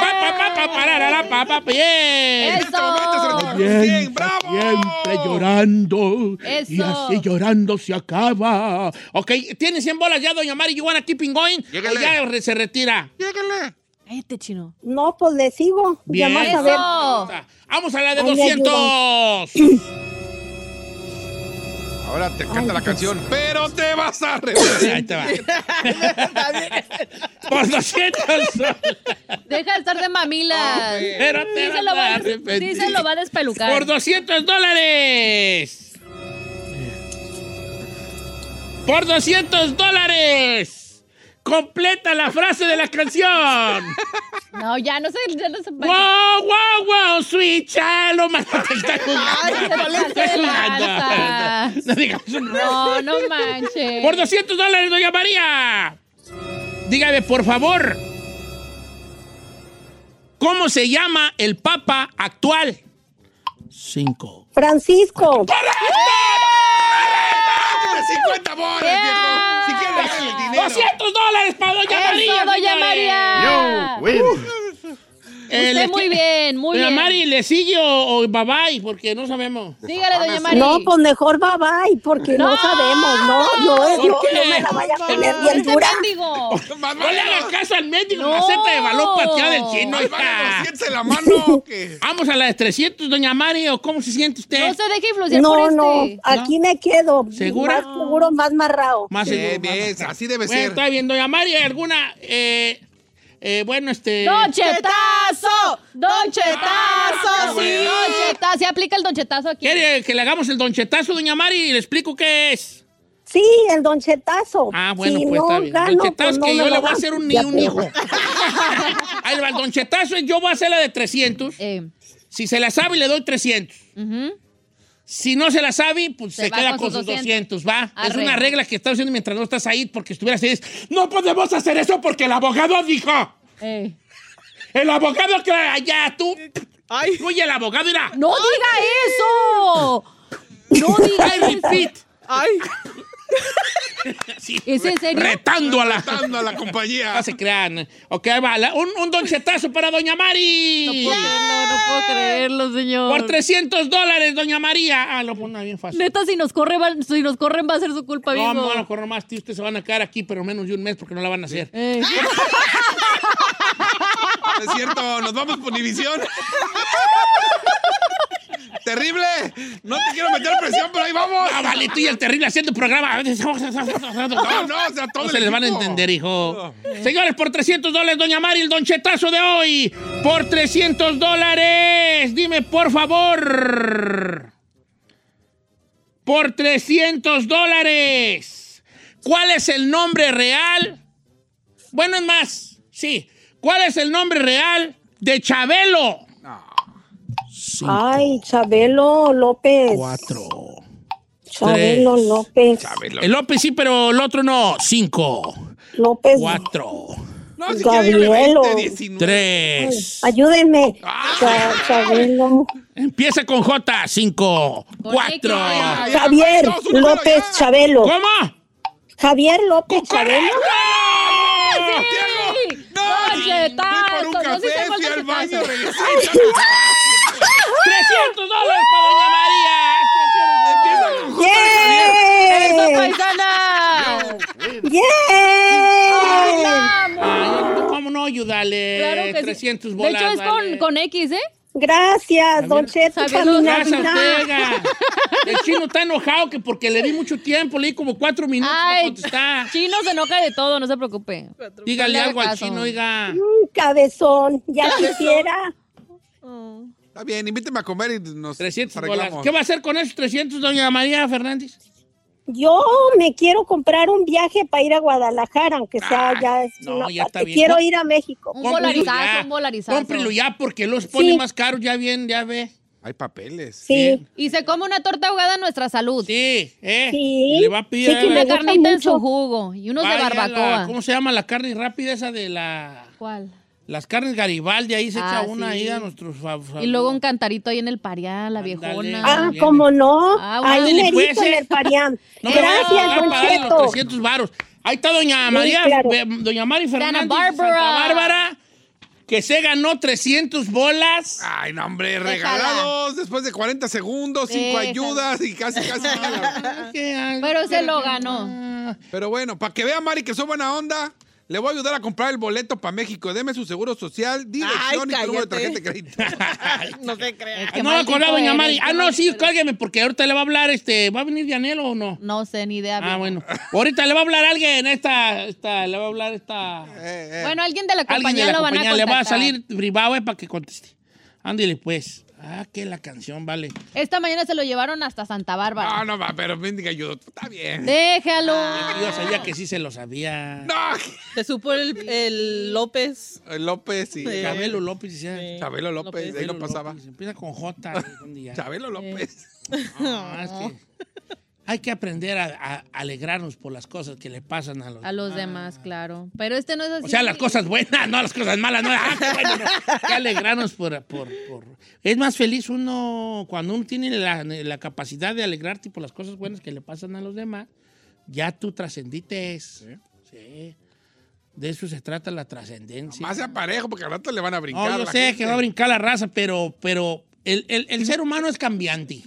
Speaker 1: Pa, pa, pa, pa, pararara, pa, pa, pa, yeah.
Speaker 3: Eso.
Speaker 2: Siempre, ¡Bravo!
Speaker 1: Siempre llorando.
Speaker 3: Eso.
Speaker 1: Y así llorando se acaba. Ok, tiene 100 bolas ya, doña Mari. You wanna keep it going?
Speaker 2: Llégale.
Speaker 1: O ya re- se retira.
Speaker 2: Llégale.
Speaker 3: Cállate, chino.
Speaker 8: No, pues le sigo.
Speaker 1: Bien.
Speaker 8: Ya más a
Speaker 3: Eso.
Speaker 8: ver.
Speaker 1: Vamos a la de
Speaker 8: Ay, me ayudan.
Speaker 1: 200.
Speaker 2: Ahora te canta la canción, pero te vas a arrepentir.
Speaker 1: Ahí te va. Por 200 soles.
Speaker 3: Deja de estar de
Speaker 1: Ah,
Speaker 3: mamila.
Speaker 1: Pero te
Speaker 3: Sí se,
Speaker 1: vas
Speaker 3: lo va
Speaker 1: a
Speaker 3: a, des-
Speaker 1: arrepentir.
Speaker 3: sí se lo va a despelucar.
Speaker 1: Por 200 dólares. Por 200 dólares. Completa la frase de la canción.
Speaker 3: No, ya no sé, ya no sé.
Speaker 1: wow, wow, wow, sweet child. No más te está
Speaker 3: Ay,
Speaker 1: jugando.
Speaker 3: se
Speaker 1: Está
Speaker 3: pasó de
Speaker 1: jugando.
Speaker 3: lanza.
Speaker 1: No digas un
Speaker 3: No, no manches.
Speaker 1: Por 200 dólares, doña María. Dígame, por favor. ¿Cómo se llama el Papa actual? Cinco.
Speaker 8: Francisco.
Speaker 2: ¡Dame 50 bolas,
Speaker 3: Yeah.
Speaker 2: viejo! Si quieres, regálale el dinero.
Speaker 1: 200 dólares para doña María.
Speaker 3: ¡Eso, doña
Speaker 1: señores.
Speaker 3: María!
Speaker 1: Eh,
Speaker 3: Usted
Speaker 1: le-
Speaker 3: muy bien, muy
Speaker 1: doña
Speaker 3: bien.
Speaker 1: Mari, ¿le sigue o, o bye bye? Porque no sabemos.
Speaker 3: Dígale, doña María.
Speaker 8: No, pues mejor bye bye, porque no, sabemos, no, no, es-
Speaker 1: ¿Por
Speaker 8: no,
Speaker 1: qué?
Speaker 8: no me la vaya a poner bien
Speaker 3: Este
Speaker 8: dura.
Speaker 3: mendigo.
Speaker 2: Más
Speaker 1: No le
Speaker 2: vale
Speaker 1: hagas caso al médico,
Speaker 3: No.
Speaker 1: maceta de balón pateada del chino.
Speaker 2: Más
Speaker 1: hija.
Speaker 2: vale 200 en la mano que...
Speaker 1: Vamos a la de 300, doña Mari, ¿o cómo se siente usted?
Speaker 3: No se deje influenciar por
Speaker 8: No,
Speaker 3: este.
Speaker 8: no, aquí me quedo.
Speaker 1: ¿Segura?
Speaker 8: Más seguro, más marrado.
Speaker 1: Más seguro,
Speaker 2: Bien,
Speaker 1: más-
Speaker 2: bien, así debe
Speaker 1: Bueno,
Speaker 2: ser.
Speaker 1: está bien, doña Mari, ¿alguna? Eh, eh, bueno, este.
Speaker 3: ¡Don Chetazo!
Speaker 4: ¡Chetazo!
Speaker 3: ¡Don Chetazo!
Speaker 4: ¡Sí!
Speaker 3: ¡Don Chetazo! Se aplica el Don Chetazo aquí.
Speaker 1: ¿Quiere que le hagamos el donchetazo, doña Mari? Y le explico qué es.
Speaker 8: Sí, el donchetazo.
Speaker 1: Ah, bueno,
Speaker 8: si
Speaker 1: pues
Speaker 8: no
Speaker 1: está bien.
Speaker 8: gano,
Speaker 1: donchetazo
Speaker 8: pues no
Speaker 1: que
Speaker 8: me
Speaker 1: yo
Speaker 8: lo
Speaker 1: le voy a
Speaker 8: dan.
Speaker 1: hacer un, ni-
Speaker 8: Ya
Speaker 1: un
Speaker 8: veo.
Speaker 1: hijo. Ahí va, el donchetazo es yo voy a hacer la de 300.
Speaker 3: Eh,
Speaker 1: Si se la sabe, le doy 300.
Speaker 3: ujú.
Speaker 1: Si no se la sabe, pues se,
Speaker 3: Se va
Speaker 1: queda
Speaker 3: con
Speaker 1: con
Speaker 3: sus
Speaker 1: sus 200, va. Es
Speaker 3: Arre.
Speaker 1: una regla que está haciendo mientras no estás ahí, porque estuvieras ahí. es, No podemos hacer eso porque el abogado dijo.
Speaker 3: Eh.
Speaker 1: El abogado que allá tú.
Speaker 4: Ay.
Speaker 1: Oye, el abogado mira.
Speaker 3: ¡No diga eso! ¡No diga
Speaker 1: I
Speaker 3: eso!
Speaker 1: repeat.
Speaker 4: Ay,
Speaker 1: Sí,
Speaker 3: ¿Es en serio?
Speaker 1: Retando a la,
Speaker 2: Retando a la compañía.
Speaker 1: No se crean. Ok, ahí va. la- Un, un donchetazo para Doña Mari.
Speaker 3: No, no puedo creerlo, señor.
Speaker 1: Por 300 dólares, Doña María. Ah, lo pone bien fácil.
Speaker 3: Neta, si nos, corre, va- si nos corren va a ser su culpa,
Speaker 1: No,
Speaker 3: viejo.
Speaker 1: no van a correr más, tío. Ustedes se van a quedar aquí, pero menos de un mes porque no la van a hacer.
Speaker 3: Eh,
Speaker 2: No es cierto, nos vamos por división. ¡Terrible! No te quiero meter presión, pero ahí vamos.
Speaker 1: Ah, vale, tú y el terrible haciendo programa.
Speaker 2: No,
Speaker 1: No,
Speaker 2: no, o sea,
Speaker 1: No
Speaker 2: todo el
Speaker 1: se les van a
Speaker 2: equipo.
Speaker 1: entender, hijo. Señores, por 300 dólares, Doña Mari, el donchetazo de hoy. Por 300 dólares. Dime, por favor. Por 300 dólares. ¿Cuál es el nombre real? Bueno, es más. Sí. ¿Cuál es el nombre real de Chabelo?
Speaker 8: Ay, Chabelo López.
Speaker 1: Cuatro.
Speaker 8: Chabelo
Speaker 1: tres.
Speaker 8: López.
Speaker 1: El López sí, pero el otro no. Cinco.
Speaker 8: López.
Speaker 1: Cuatro.
Speaker 2: No, si quiere, dígame
Speaker 8: Gabrielo.
Speaker 2: 20, 19.
Speaker 1: Tres.
Speaker 8: Ayúdenme. Cha- Chabelo.
Speaker 1: Empieza con J. Cinco.
Speaker 3: Con
Speaker 1: Cuatro.
Speaker 3: X.
Speaker 8: Javier
Speaker 2: no, súbelo
Speaker 8: López
Speaker 2: ya.
Speaker 8: Chabelo.
Speaker 1: ¿Cómo?
Speaker 8: Javier López Chabelo.
Speaker 3: ¡Ah,
Speaker 1: ¡Correcto!
Speaker 3: ¡Sí!
Speaker 2: No,
Speaker 3: ¡Cachetazo!
Speaker 2: Fui por un
Speaker 3: No, sí
Speaker 2: café,
Speaker 3: tengo el
Speaker 2: fui al baño,
Speaker 3: cachetazo.
Speaker 2: regresé.
Speaker 1: 300 dólares para Doña María.
Speaker 2: Empieza con J.
Speaker 8: ¡Yeah!
Speaker 3: ¡Eso, paisana!
Speaker 8: ¡Yeah!
Speaker 1: Ay, ¿Cómo no ayudarle?
Speaker 3: Claro que sí.
Speaker 1: 300
Speaker 3: De
Speaker 1: Eh, bolas.
Speaker 3: hecho, es
Speaker 1: vale.
Speaker 3: con, con X, ¿eh?
Speaker 8: Gracias, Don Cheto,
Speaker 3: Javier
Speaker 8: para mi
Speaker 1: Gracias,
Speaker 8: Navidad.
Speaker 1: Ortega. El chino está enojado que porque le di mucho tiempo, le di como cuatro minutos para
Speaker 3: Ay,
Speaker 1: contestar.
Speaker 3: chino se enoja de todo, no se preocupe.
Speaker 1: Dígale
Speaker 3: le haga
Speaker 1: algo al
Speaker 3: caso.
Speaker 1: chino, oiga.
Speaker 8: Mm, Cabezón, ya quisiera.
Speaker 2: Está bien, invíteme a comer y nos
Speaker 1: 300 bolas.
Speaker 2: arreglamos.
Speaker 1: ¿Qué va a hacer con esos 300, Doña María Fernández?
Speaker 8: Yo me quiero comprar un viaje para ir a Guadalajara, aunque sea
Speaker 1: Ah,
Speaker 8: ya es
Speaker 1: no,
Speaker 8: una
Speaker 1: ya está
Speaker 8: parte.
Speaker 1: bien.
Speaker 8: Quiero
Speaker 1: No.
Speaker 8: ir a México.
Speaker 3: Un
Speaker 1: Cómprelo
Speaker 3: polarizazo,
Speaker 1: ya.
Speaker 3: un polarizazo.
Speaker 1: Cómprelo ya porque los pone
Speaker 8: Sí.
Speaker 1: más caros, ya bien, ya ve. Eh,
Speaker 2: Hay papeles.
Speaker 8: Sí,
Speaker 3: Y se come una torta ahogada a nuestra salud.
Speaker 1: Sí, ¿eh?
Speaker 8: Sí.
Speaker 1: Le va a pedir
Speaker 8: Sí, que
Speaker 3: Una
Speaker 8: me gusta
Speaker 3: carnita en su
Speaker 8: mucho.
Speaker 3: jugo y unos
Speaker 1: Vaya
Speaker 3: de
Speaker 1: la-
Speaker 3: barbacoa.
Speaker 1: ¿Cómo se llama la carne rápida esa de la,
Speaker 3: ¿Cuál?
Speaker 1: las carnes Garibaldi? Ahí se
Speaker 3: Ah,
Speaker 1: echa
Speaker 3: sí.
Speaker 1: una ahí a nuestros fa- fa-
Speaker 3: Y luego un cantarito ahí en el parián, la
Speaker 1: Ándale.
Speaker 3: viejona.
Speaker 8: ah,
Speaker 1: viene.
Speaker 8: cómo no.
Speaker 3: Ah,
Speaker 8: Ahí
Speaker 3: ándale,
Speaker 8: merito
Speaker 1: pues,
Speaker 8: en
Speaker 1: eh.
Speaker 8: el Parián.
Speaker 1: No me vayas a
Speaker 8: Gracias,
Speaker 1: pagar
Speaker 8: Don
Speaker 1: para darle los
Speaker 8: Cheto.
Speaker 1: 300 varos. Ahí está doña María,
Speaker 8: claro.
Speaker 1: eh, doña Mari Fernández de
Speaker 3: Bárbara.
Speaker 1: Santa Bárbara, que se ganó 300 bolas.
Speaker 3: Ah.
Speaker 2: Ay, no, hombre, regalados después de 40 segundos, cinco
Speaker 3: Déjala.
Speaker 2: ayudas y casi, casi nada.
Speaker 1: Que, ay,
Speaker 3: Pero se lo
Speaker 1: Ah,
Speaker 3: ganó.
Speaker 2: Pero bueno, para que vea, Mari, que soy buena onda, le voy a ayudar a comprar el boleto para México. Deme su seguro social, dirección y
Speaker 4: Ay,
Speaker 2: tu número de tarjeta
Speaker 4: cállate.
Speaker 2: de crédito.
Speaker 4: No te creas.
Speaker 3: Qué
Speaker 1: no me
Speaker 3: mal
Speaker 1: acordaba,
Speaker 3: tipo
Speaker 1: doña
Speaker 3: eres,
Speaker 1: Mari. Ah,
Speaker 3: qué
Speaker 1: no,
Speaker 3: mal
Speaker 1: sí,
Speaker 3: tipo eres.
Speaker 1: cállame, porque ahorita le va a hablar, este, ¿va a venir Yanelo o no?
Speaker 3: No sé, ni idea.
Speaker 1: Ah,
Speaker 3: viejo.
Speaker 1: bueno. Ahorita le va a hablar alguien, esta, esta, le va a hablar esta...
Speaker 3: Bueno, alguien de la
Speaker 1: Alguien
Speaker 3: compañía
Speaker 1: de la
Speaker 3: Eh, lo van a
Speaker 1: compañía le
Speaker 3: contactar.
Speaker 1: va a salir privado eh, para que conteste. Ándale, pues. Ah, que la canción, vale.
Speaker 3: Esta mañana se lo llevaron hasta Santa Bárbara.
Speaker 1: Ah,
Speaker 2: No, no, va, pero bendiga ayuda. Está bien.
Speaker 3: Déjalo.
Speaker 1: Yo sabía que sí se lo sabía.
Speaker 2: No,
Speaker 4: Te supo el, el López.
Speaker 2: López y
Speaker 4: Sí.
Speaker 1: Chabelo López, decía.
Speaker 2: Chabelo López,
Speaker 4: López.
Speaker 2: de eh. pues, ahí
Speaker 1: Chabelo
Speaker 2: lo pasaba.
Speaker 1: López, Empieza con J. algún día.
Speaker 2: Chabelo López.
Speaker 1: Ah, es que hay que aprender a, a alegrarnos por las cosas que le pasan a los.
Speaker 3: A los demás, claro. Pero este no es así.
Speaker 1: O sea, las cosas buenas, no las cosas malas. No, Ah, qué bueno, no. Hay que alegrarnos por, por, por- Es más feliz uno cuando uno tiene la, la capacidad de alegrarte por las cosas buenas que le pasan a los demás. Ya tú trascendiste. Sí. De eso se trata la trascendencia.
Speaker 2: Más sea parejo, porque al rato le van a
Speaker 1: No,
Speaker 2: brincar.
Speaker 1: yo
Speaker 2: la
Speaker 1: sé
Speaker 2: gente.
Speaker 1: que va a brincar la raza, pero, pero el, el- el ser humano es cambiante.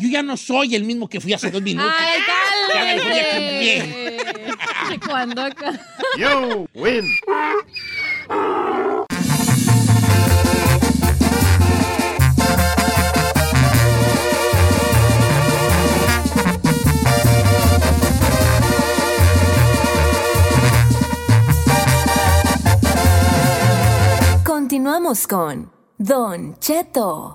Speaker 1: Yo ya no soy el mismo que fui hace dos minutos.
Speaker 3: ¡Ay,
Speaker 1: ¡Ah! Ya me voy a
Speaker 3: cálmese! Cuando acá.
Speaker 6: Continuamos con Don Cheto.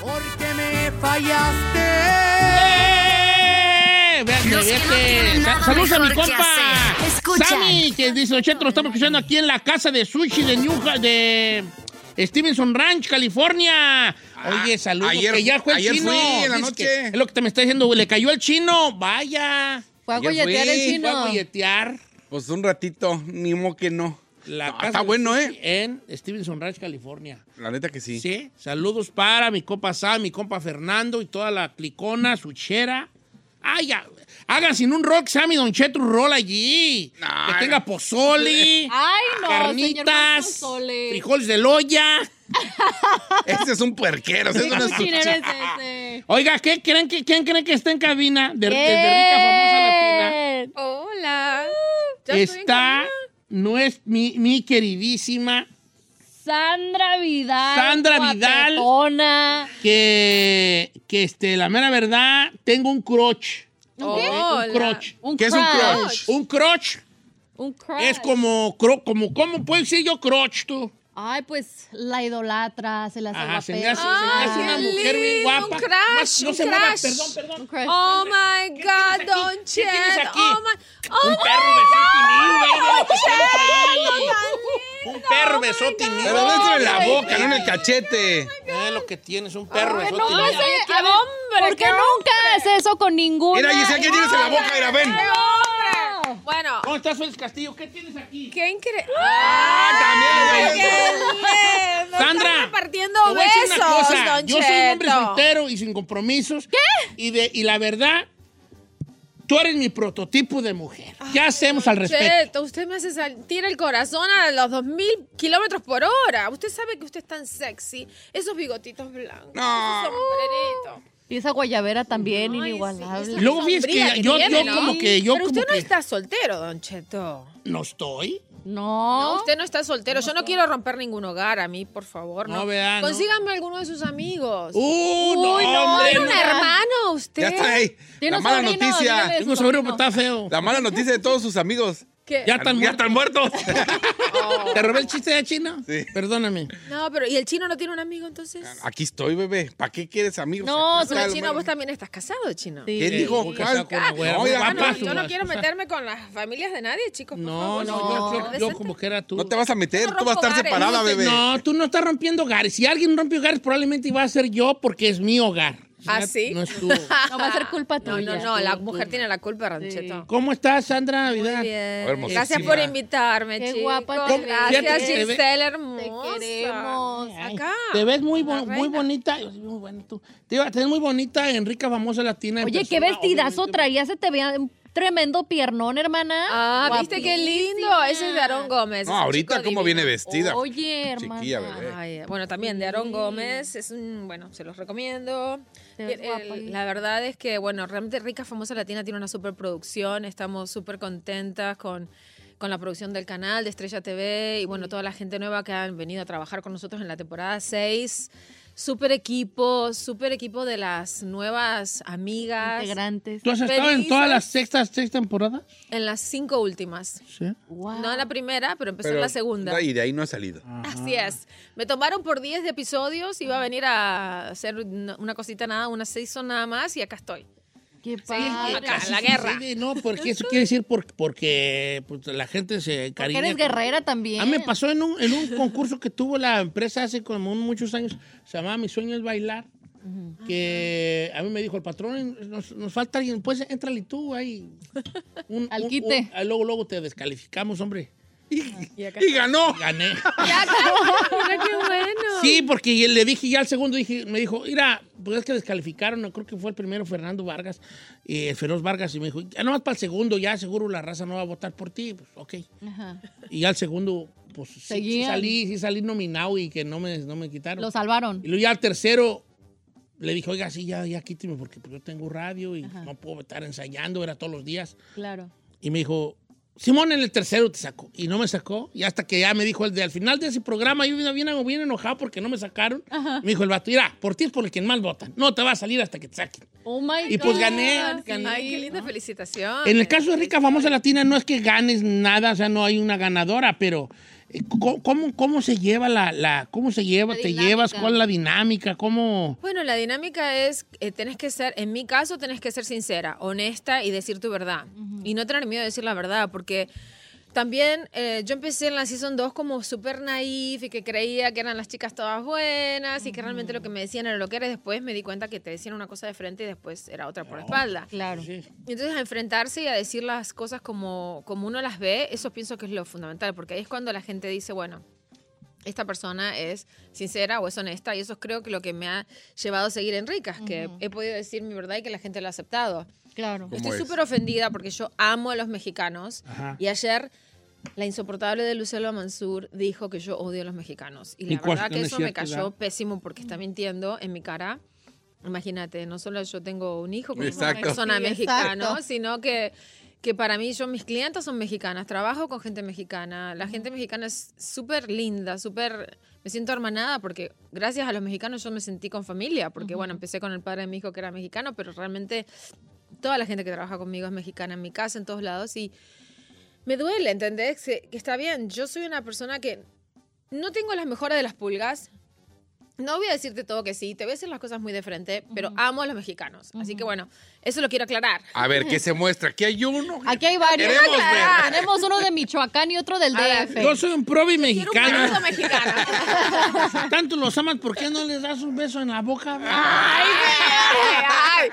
Speaker 9: Porque me fallaste.
Speaker 1: ¡Eh! Ve-
Speaker 9: Los
Speaker 1: ve-
Speaker 9: que no
Speaker 1: ve-
Speaker 9: tienen
Speaker 1: sa-
Speaker 9: nada
Speaker 1: Saludos a mi
Speaker 9: mejor que
Speaker 1: compa.
Speaker 9: hacer. Escucha.
Speaker 1: Sammy, que dice, "Don Cheto, lo estamos escuchando aquí en la casa de sushi de New Ha- de Stevenson Ranch, California. Oye, saludos,
Speaker 2: Ah, ayer-
Speaker 1: que ya fue el
Speaker 2: ayer
Speaker 1: chino.
Speaker 2: fui en la
Speaker 1: Dice que
Speaker 2: noche.
Speaker 1: es lo que te me está diciendo, le cayó el chino. Vaya.
Speaker 3: Fue a
Speaker 2: Ayer
Speaker 3: golletear
Speaker 2: fui.
Speaker 3: el chino.
Speaker 1: Fue a golletear.
Speaker 2: Pues un ratito, ni mo que no.
Speaker 1: La
Speaker 2: No,
Speaker 1: casa
Speaker 2: está
Speaker 1: de
Speaker 2: bueno,
Speaker 1: sushi
Speaker 2: ¿eh?
Speaker 1: En Stevenson Ranch, California.
Speaker 2: La neta que sí.
Speaker 1: Sí, saludos para mi compa Sam, mi compa Fernando y toda la clicona, suchera. Ay, ya. Hagan sin un rock, Sammy Don Cheto, un roll allí. que tenga pozole,
Speaker 3: Ay, no, señor Juan
Speaker 1: carnitas,
Speaker 3: Pozole.
Speaker 1: frijoles de loya.
Speaker 2: Ese es un puerquero, ese es un
Speaker 3: ¿Qué cochinero es
Speaker 2: estuche.
Speaker 3: ese?
Speaker 1: Oiga, ¿qué creen que, ¿quién creen que está en cabina? De, de- de rica famosa latina.
Speaker 3: ¡Eh! Hola. Ya estoy en
Speaker 1: Está
Speaker 3: camino.
Speaker 1: no es mi, mi queridísima,
Speaker 3: Sandra Vidal.
Speaker 1: Sandra Vidal.
Speaker 3: guapetona.
Speaker 1: que, que este, la mera verdad, tengo un crotch.
Speaker 3: Hola.
Speaker 1: Oh, Un crotch.
Speaker 3: Un
Speaker 2: ¿Qué es un
Speaker 3: crush.
Speaker 2: crotch?
Speaker 1: Un crotch
Speaker 3: Un crush.
Speaker 1: es como, cro- como, ¿cómo puedo decir yo crotch tú?
Speaker 3: Ay, pues la idolatra, se la hace
Speaker 1: Ajá, se me
Speaker 3: guapera.
Speaker 1: hace, se me hace una mujer bien guapa.
Speaker 5: un crush,
Speaker 1: no, no
Speaker 5: un
Speaker 1: se mueva,
Speaker 5: crush.
Speaker 1: perdón, perdón.
Speaker 3: Un crush.
Speaker 5: Oh my God, Don
Speaker 1: ¿Qué tienes
Speaker 5: Chet.
Speaker 1: aquí?
Speaker 5: Oh my. Oh
Speaker 1: un
Speaker 5: my
Speaker 1: perro
Speaker 3: Oh,
Speaker 5: God.
Speaker 1: Un perro besote
Speaker 2: Pero dentro de la
Speaker 5: oh, Ay,
Speaker 2: boca, no en el cachete.
Speaker 1: Es lo que tienes, un perro
Speaker 3: Ay,
Speaker 1: besote
Speaker 3: no
Speaker 1: inhibido.
Speaker 3: hace-
Speaker 5: Ay, qué
Speaker 3: a ver,
Speaker 5: hombre,
Speaker 3: ¿Por qué
Speaker 5: qué
Speaker 3: nunca haces eso con ninguna?
Speaker 2: Mira, Giselle, ¿qué tienes en la boca? Mira, ven.
Speaker 5: ¡Hombre! Bueno,
Speaker 1: ¿Cómo estás, Félix Castillo? ¿Qué tienes aquí?
Speaker 5: ¿qué increíble?
Speaker 2: Ah, también,
Speaker 1: Sandra,
Speaker 5: repartiendo
Speaker 1: te voy a decir una
Speaker 5: besos,
Speaker 1: cosa.
Speaker 5: Don
Speaker 1: Yo soy un hombre
Speaker 5: Cheto.
Speaker 1: soltero y sin compromisos. ¿Qué? Y, de, y la verdad, tú eres mi prototipo de mujer. ¿Qué hacemos al respecto?
Speaker 5: Cheto, usted me hace sentir el corazón a los 2000 kilómetros por hora. Usted sabe que usted es tan sexy. Esos bigotitos blancos.
Speaker 2: No.
Speaker 5: Esos sombrerito.
Speaker 3: Y esa guayabera
Speaker 5: Ay,
Speaker 3: también,
Speaker 5: sí,
Speaker 3: inigualable.
Speaker 5: esa
Speaker 1: Luego, fíjese que
Speaker 5: sombría
Speaker 1: yo- yo
Speaker 5: tiene, ¿no?
Speaker 1: como que- yo
Speaker 5: Pero usted
Speaker 1: como
Speaker 5: no
Speaker 1: que-
Speaker 5: está soltero, Don Cheto.
Speaker 1: No estoy.
Speaker 3: No.
Speaker 5: No, usted no está soltero. Yo no quiero romper ningún hogar a mí, por favor.
Speaker 1: No,
Speaker 5: No,
Speaker 1: vea, no.
Speaker 5: Consíganme alguno de sus amigos.
Speaker 1: ¡Uh, no,
Speaker 5: Uy, no,
Speaker 1: hombre!
Speaker 5: era un
Speaker 1: no.
Speaker 5: hermano usted.
Speaker 2: Ya está ahí.
Speaker 3: Tiene
Speaker 2: La
Speaker 3: un
Speaker 2: mala
Speaker 3: sobrino,
Speaker 2: noticia.
Speaker 3: dígale.
Speaker 1: Tengo sobrino, pero está feo.
Speaker 2: La mala noticia de todos sus amigos.
Speaker 5: ¿Qué?
Speaker 1: Ya están
Speaker 2: Ya
Speaker 1: muertos.
Speaker 2: están muertos.
Speaker 1: ¿Te robé el chiste de China?
Speaker 2: Sí.
Speaker 1: Perdóname.
Speaker 5: No, pero ¿y el chino no tiene un amigo entonces?
Speaker 2: Aquí estoy, bebé. ¿Para qué quieres amigos?
Speaker 3: No,
Speaker 2: Aquí
Speaker 5: No, pero
Speaker 2: está el
Speaker 5: chino,
Speaker 2: mar-
Speaker 5: vos también estás casado, chino.
Speaker 3: Sí.
Speaker 2: ¿Qué dijo?
Speaker 1: Sí,
Speaker 2: ¿Cuál?
Speaker 1: casado con una güera.
Speaker 2: No,
Speaker 1: Muy
Speaker 2: ya, pues,
Speaker 5: Ah,
Speaker 1: guapa.
Speaker 5: no,
Speaker 2: no,
Speaker 5: yo
Speaker 1: Paso,
Speaker 5: no
Speaker 1: paso,
Speaker 5: quiero
Speaker 1: paso.
Speaker 5: meterme con las familias de nadie, chicos. por
Speaker 1: No,
Speaker 5: favor.
Speaker 1: no, yo, yo- yo
Speaker 5: Decente.
Speaker 1: como que era tú.
Speaker 2: no te vas a meter.
Speaker 5: Yo no
Speaker 2: Tú vas a estar
Speaker 5: rompo hogares.
Speaker 2: separada, bebé.
Speaker 1: No, tú no estás rompiendo hogares. Si alguien rompe hogares, probablemente iba a ser yo porque es mi hogar.
Speaker 5: ¿Ah,
Speaker 1: Ya
Speaker 5: sí?
Speaker 1: No es tú.
Speaker 3: No va a ser culpa
Speaker 5: No,
Speaker 3: tuya.
Speaker 5: no, no, la mujer tiene la culpa, Rancheto.
Speaker 1: ¿Cómo estás, Sandra
Speaker 5: Muy
Speaker 1: Vidal?
Speaker 5: bien.
Speaker 2: Hermosísima.
Speaker 5: Gracias por invitarme,
Speaker 3: Qué
Speaker 5: chicos.
Speaker 3: guapa te ves.
Speaker 5: Gracias,
Speaker 1: Fíjate que te ve-
Speaker 5: Giselle,
Speaker 3: Te
Speaker 5: hermosa.
Speaker 3: queremos.
Speaker 1: Ay,
Speaker 5: Acá.
Speaker 1: Te ves muy,
Speaker 5: La
Speaker 1: bo- muy
Speaker 5: reina.
Speaker 1: bonita. Yo soy muy buena tú. Te iba- te ves muy bonita, Enrica Famosa Latina. en
Speaker 3: Oye, qué
Speaker 1: persona,
Speaker 3: vestidazo
Speaker 1: obviamente.
Speaker 3: traía. Se te veía un tremendo piernón, hermana.
Speaker 5: Ah, ¿viste qué lindo? Ese es de Aarón Gómez.
Speaker 2: No,
Speaker 5: es un
Speaker 2: ahorita
Speaker 5: chico
Speaker 2: cómo
Speaker 5: divino.
Speaker 2: viene vestida.
Speaker 3: Oye, hermana.
Speaker 2: Chiquilla, bebé.
Speaker 5: Ay, eh, bueno, también de Aarón Gómez. Es un, bueno, se los recomiendo.
Speaker 3: Te ves
Speaker 5: Eh,
Speaker 3: guapa,
Speaker 5: eh,
Speaker 3: Liz.
Speaker 5: la verdad es que, bueno, realmente Rica Famosa Latina tiene una superproducción. Estamos súper contentas con, con la producción del canal de Estrella TV y, bueno, toda la gente nueva que han venido a trabajar con nosotros en la temporada 6. Súper equipo, súper equipo de las nuevas amigas.
Speaker 3: Integrantes.
Speaker 1: ¿Tú has estado en
Speaker 5: Felices.
Speaker 1: todas las sextas, seis temporadas?
Speaker 5: En las cinco últimas.
Speaker 1: Sí.
Speaker 3: Wow.
Speaker 5: No en la primera, pero empezó
Speaker 2: Pero-
Speaker 5: en la segunda.
Speaker 2: Y de ahí no he salido.
Speaker 5: Así es. Me tomaron por 10 de episodios, iba a venir a hacer una una cosita nada, una season nada más y acá estoy.
Speaker 3: Qué
Speaker 5: Sí,
Speaker 3: padre.
Speaker 5: acá, la guerra.
Speaker 1: Sí, no, porque eso quiere decir por- porque, pues, la gente se
Speaker 3: Porque
Speaker 1: cariña.
Speaker 3: eres guerrera también.
Speaker 1: A mí me pasó en un, en un concurso que tuvo la empresa hace como un- muchos años, se llamaba Mi sueño es bailar, que a mí me dijo el patrón, nos, nos falta alguien, pues éntrale tú ahí. Un-
Speaker 3: Al
Speaker 1: un-
Speaker 3: quite.
Speaker 1: un- ah, luego, luego te descalificamos, hombre.
Speaker 5: Ah, Y acá
Speaker 2: Y ganó.
Speaker 1: Gané.
Speaker 5: Mira qué bueno.
Speaker 1: Sí, porque le dije ya al segundo, dije, me dijo, mira, pues es que descalificaron, creo que fue el primero Fernando Vargas, y el Feroz Vargas, y me dijo, ya nomás para el segundo, ya seguro la raza no va a votar por ti, pues ok.
Speaker 3: Ajá.
Speaker 1: Y al segundo, pues sí, sí
Speaker 3: Seguían.
Speaker 1: salí, sí salí nominado y que no me, no me quitaron.
Speaker 3: Lo salvaron.
Speaker 1: Y luego ya al tercero le dije, oiga, sí, ya, ya quíteme porque pues, yo tengo radio y no puedo estar ensayando, era todos los días.
Speaker 3: Claro.
Speaker 1: Y me dijo, Simón en el tercero te sacó. Y no me sacó. Y hasta que ya me dijo el de al final de ese programa, yo vine bien, bien enojado porque no me sacaron. Me dijo el vato, mira, por ti es por el quien más votan. No te va a salir hasta que te saquen.
Speaker 3: Oh my
Speaker 1: Y pues gané, gané.
Speaker 5: Ay, qué linda felicitación.
Speaker 1: En el caso de Rica Famosa Latina no es que ganes nada, o sea, no hay una ganadora, pero eh, ¿cómo, cómo, cómo se lleva la, la- cómo se lleva,
Speaker 5: La
Speaker 1: te
Speaker 5: dinámica.
Speaker 1: llevas, cuál es la dinámica, cómo
Speaker 5: Bueno, la dinámica es, eh, tenés que ser, en mi caso, tenés que ser sincera, honesta y decir tu verdad. Y no tener miedo de decir la verdad, porque también eh, yo empecé en la Season 2 como súper naif y que creía que eran las chicas todas buenas y que realmente lo que me decían era lo que era. Después me di cuenta que te decían una cosa de frente y después era otra por la espalda.
Speaker 3: Claro.
Speaker 5: Entonces, a enfrentarse y a decir las cosas como, como uno las ve, eso pienso que es lo fundamental, porque ahí es cuando la gente dice, bueno, esta persona es sincera o es honesta, y eso es creo que lo que me ha llevado a seguir en Ricas, que
Speaker 3: Ujú.
Speaker 5: he podido decir mi verdad y que la gente lo ha aceptado.
Speaker 3: Claro.
Speaker 5: Estoy súper ofendida porque yo amo a los mexicanos,
Speaker 1: Ajá.
Speaker 5: y ayer la insoportable de Lucelo Mansur dijo que yo odio a los mexicanos, y la
Speaker 1: Y cuál-
Speaker 5: verdad
Speaker 1: no
Speaker 5: que
Speaker 1: es
Speaker 5: eso me
Speaker 1: cierto,
Speaker 5: cayó
Speaker 1: ¿verdad?
Speaker 5: pésimo porque está mintiendo en mi cara. Imagínate, no solo yo tengo un hijo con una
Speaker 3: Exacto.
Speaker 5: persona
Speaker 3: Sí,
Speaker 5: mexicana,
Speaker 3: exacto.
Speaker 5: sino que, que para mí yo, mis clientes son mexicanas, trabajo con gente mexicana, la gente mexicana es súper linda, súper, me siento hermanada porque gracias a los mexicanos yo me sentí con familia, porque bueno, empecé con el padre de mi hijo que era mexicano, pero realmente toda la gente que trabaja conmigo es mexicana en mi casa, en todos lados, y me duele, ¿entendés? Que, que está bien, yo soy una persona que no tengo las mejores de las pulgas. No voy a decirte todo que sí, te voy a decir las cosas muy de frente, pero amo a los mexicanos. Así que bueno, eso lo quiero aclarar.
Speaker 10: A ver, ¿qué se muestra? Aquí hay uno.
Speaker 3: Aquí hay varios.
Speaker 10: Queremos ver.
Speaker 3: Tenemos uno de Michoacán y otro del
Speaker 1: Ah,
Speaker 3: DF.
Speaker 1: Yo soy un probi mexicano.
Speaker 5: beso mexicano.
Speaker 1: Si tanto los amas, ¿por qué no les das un beso en la boca?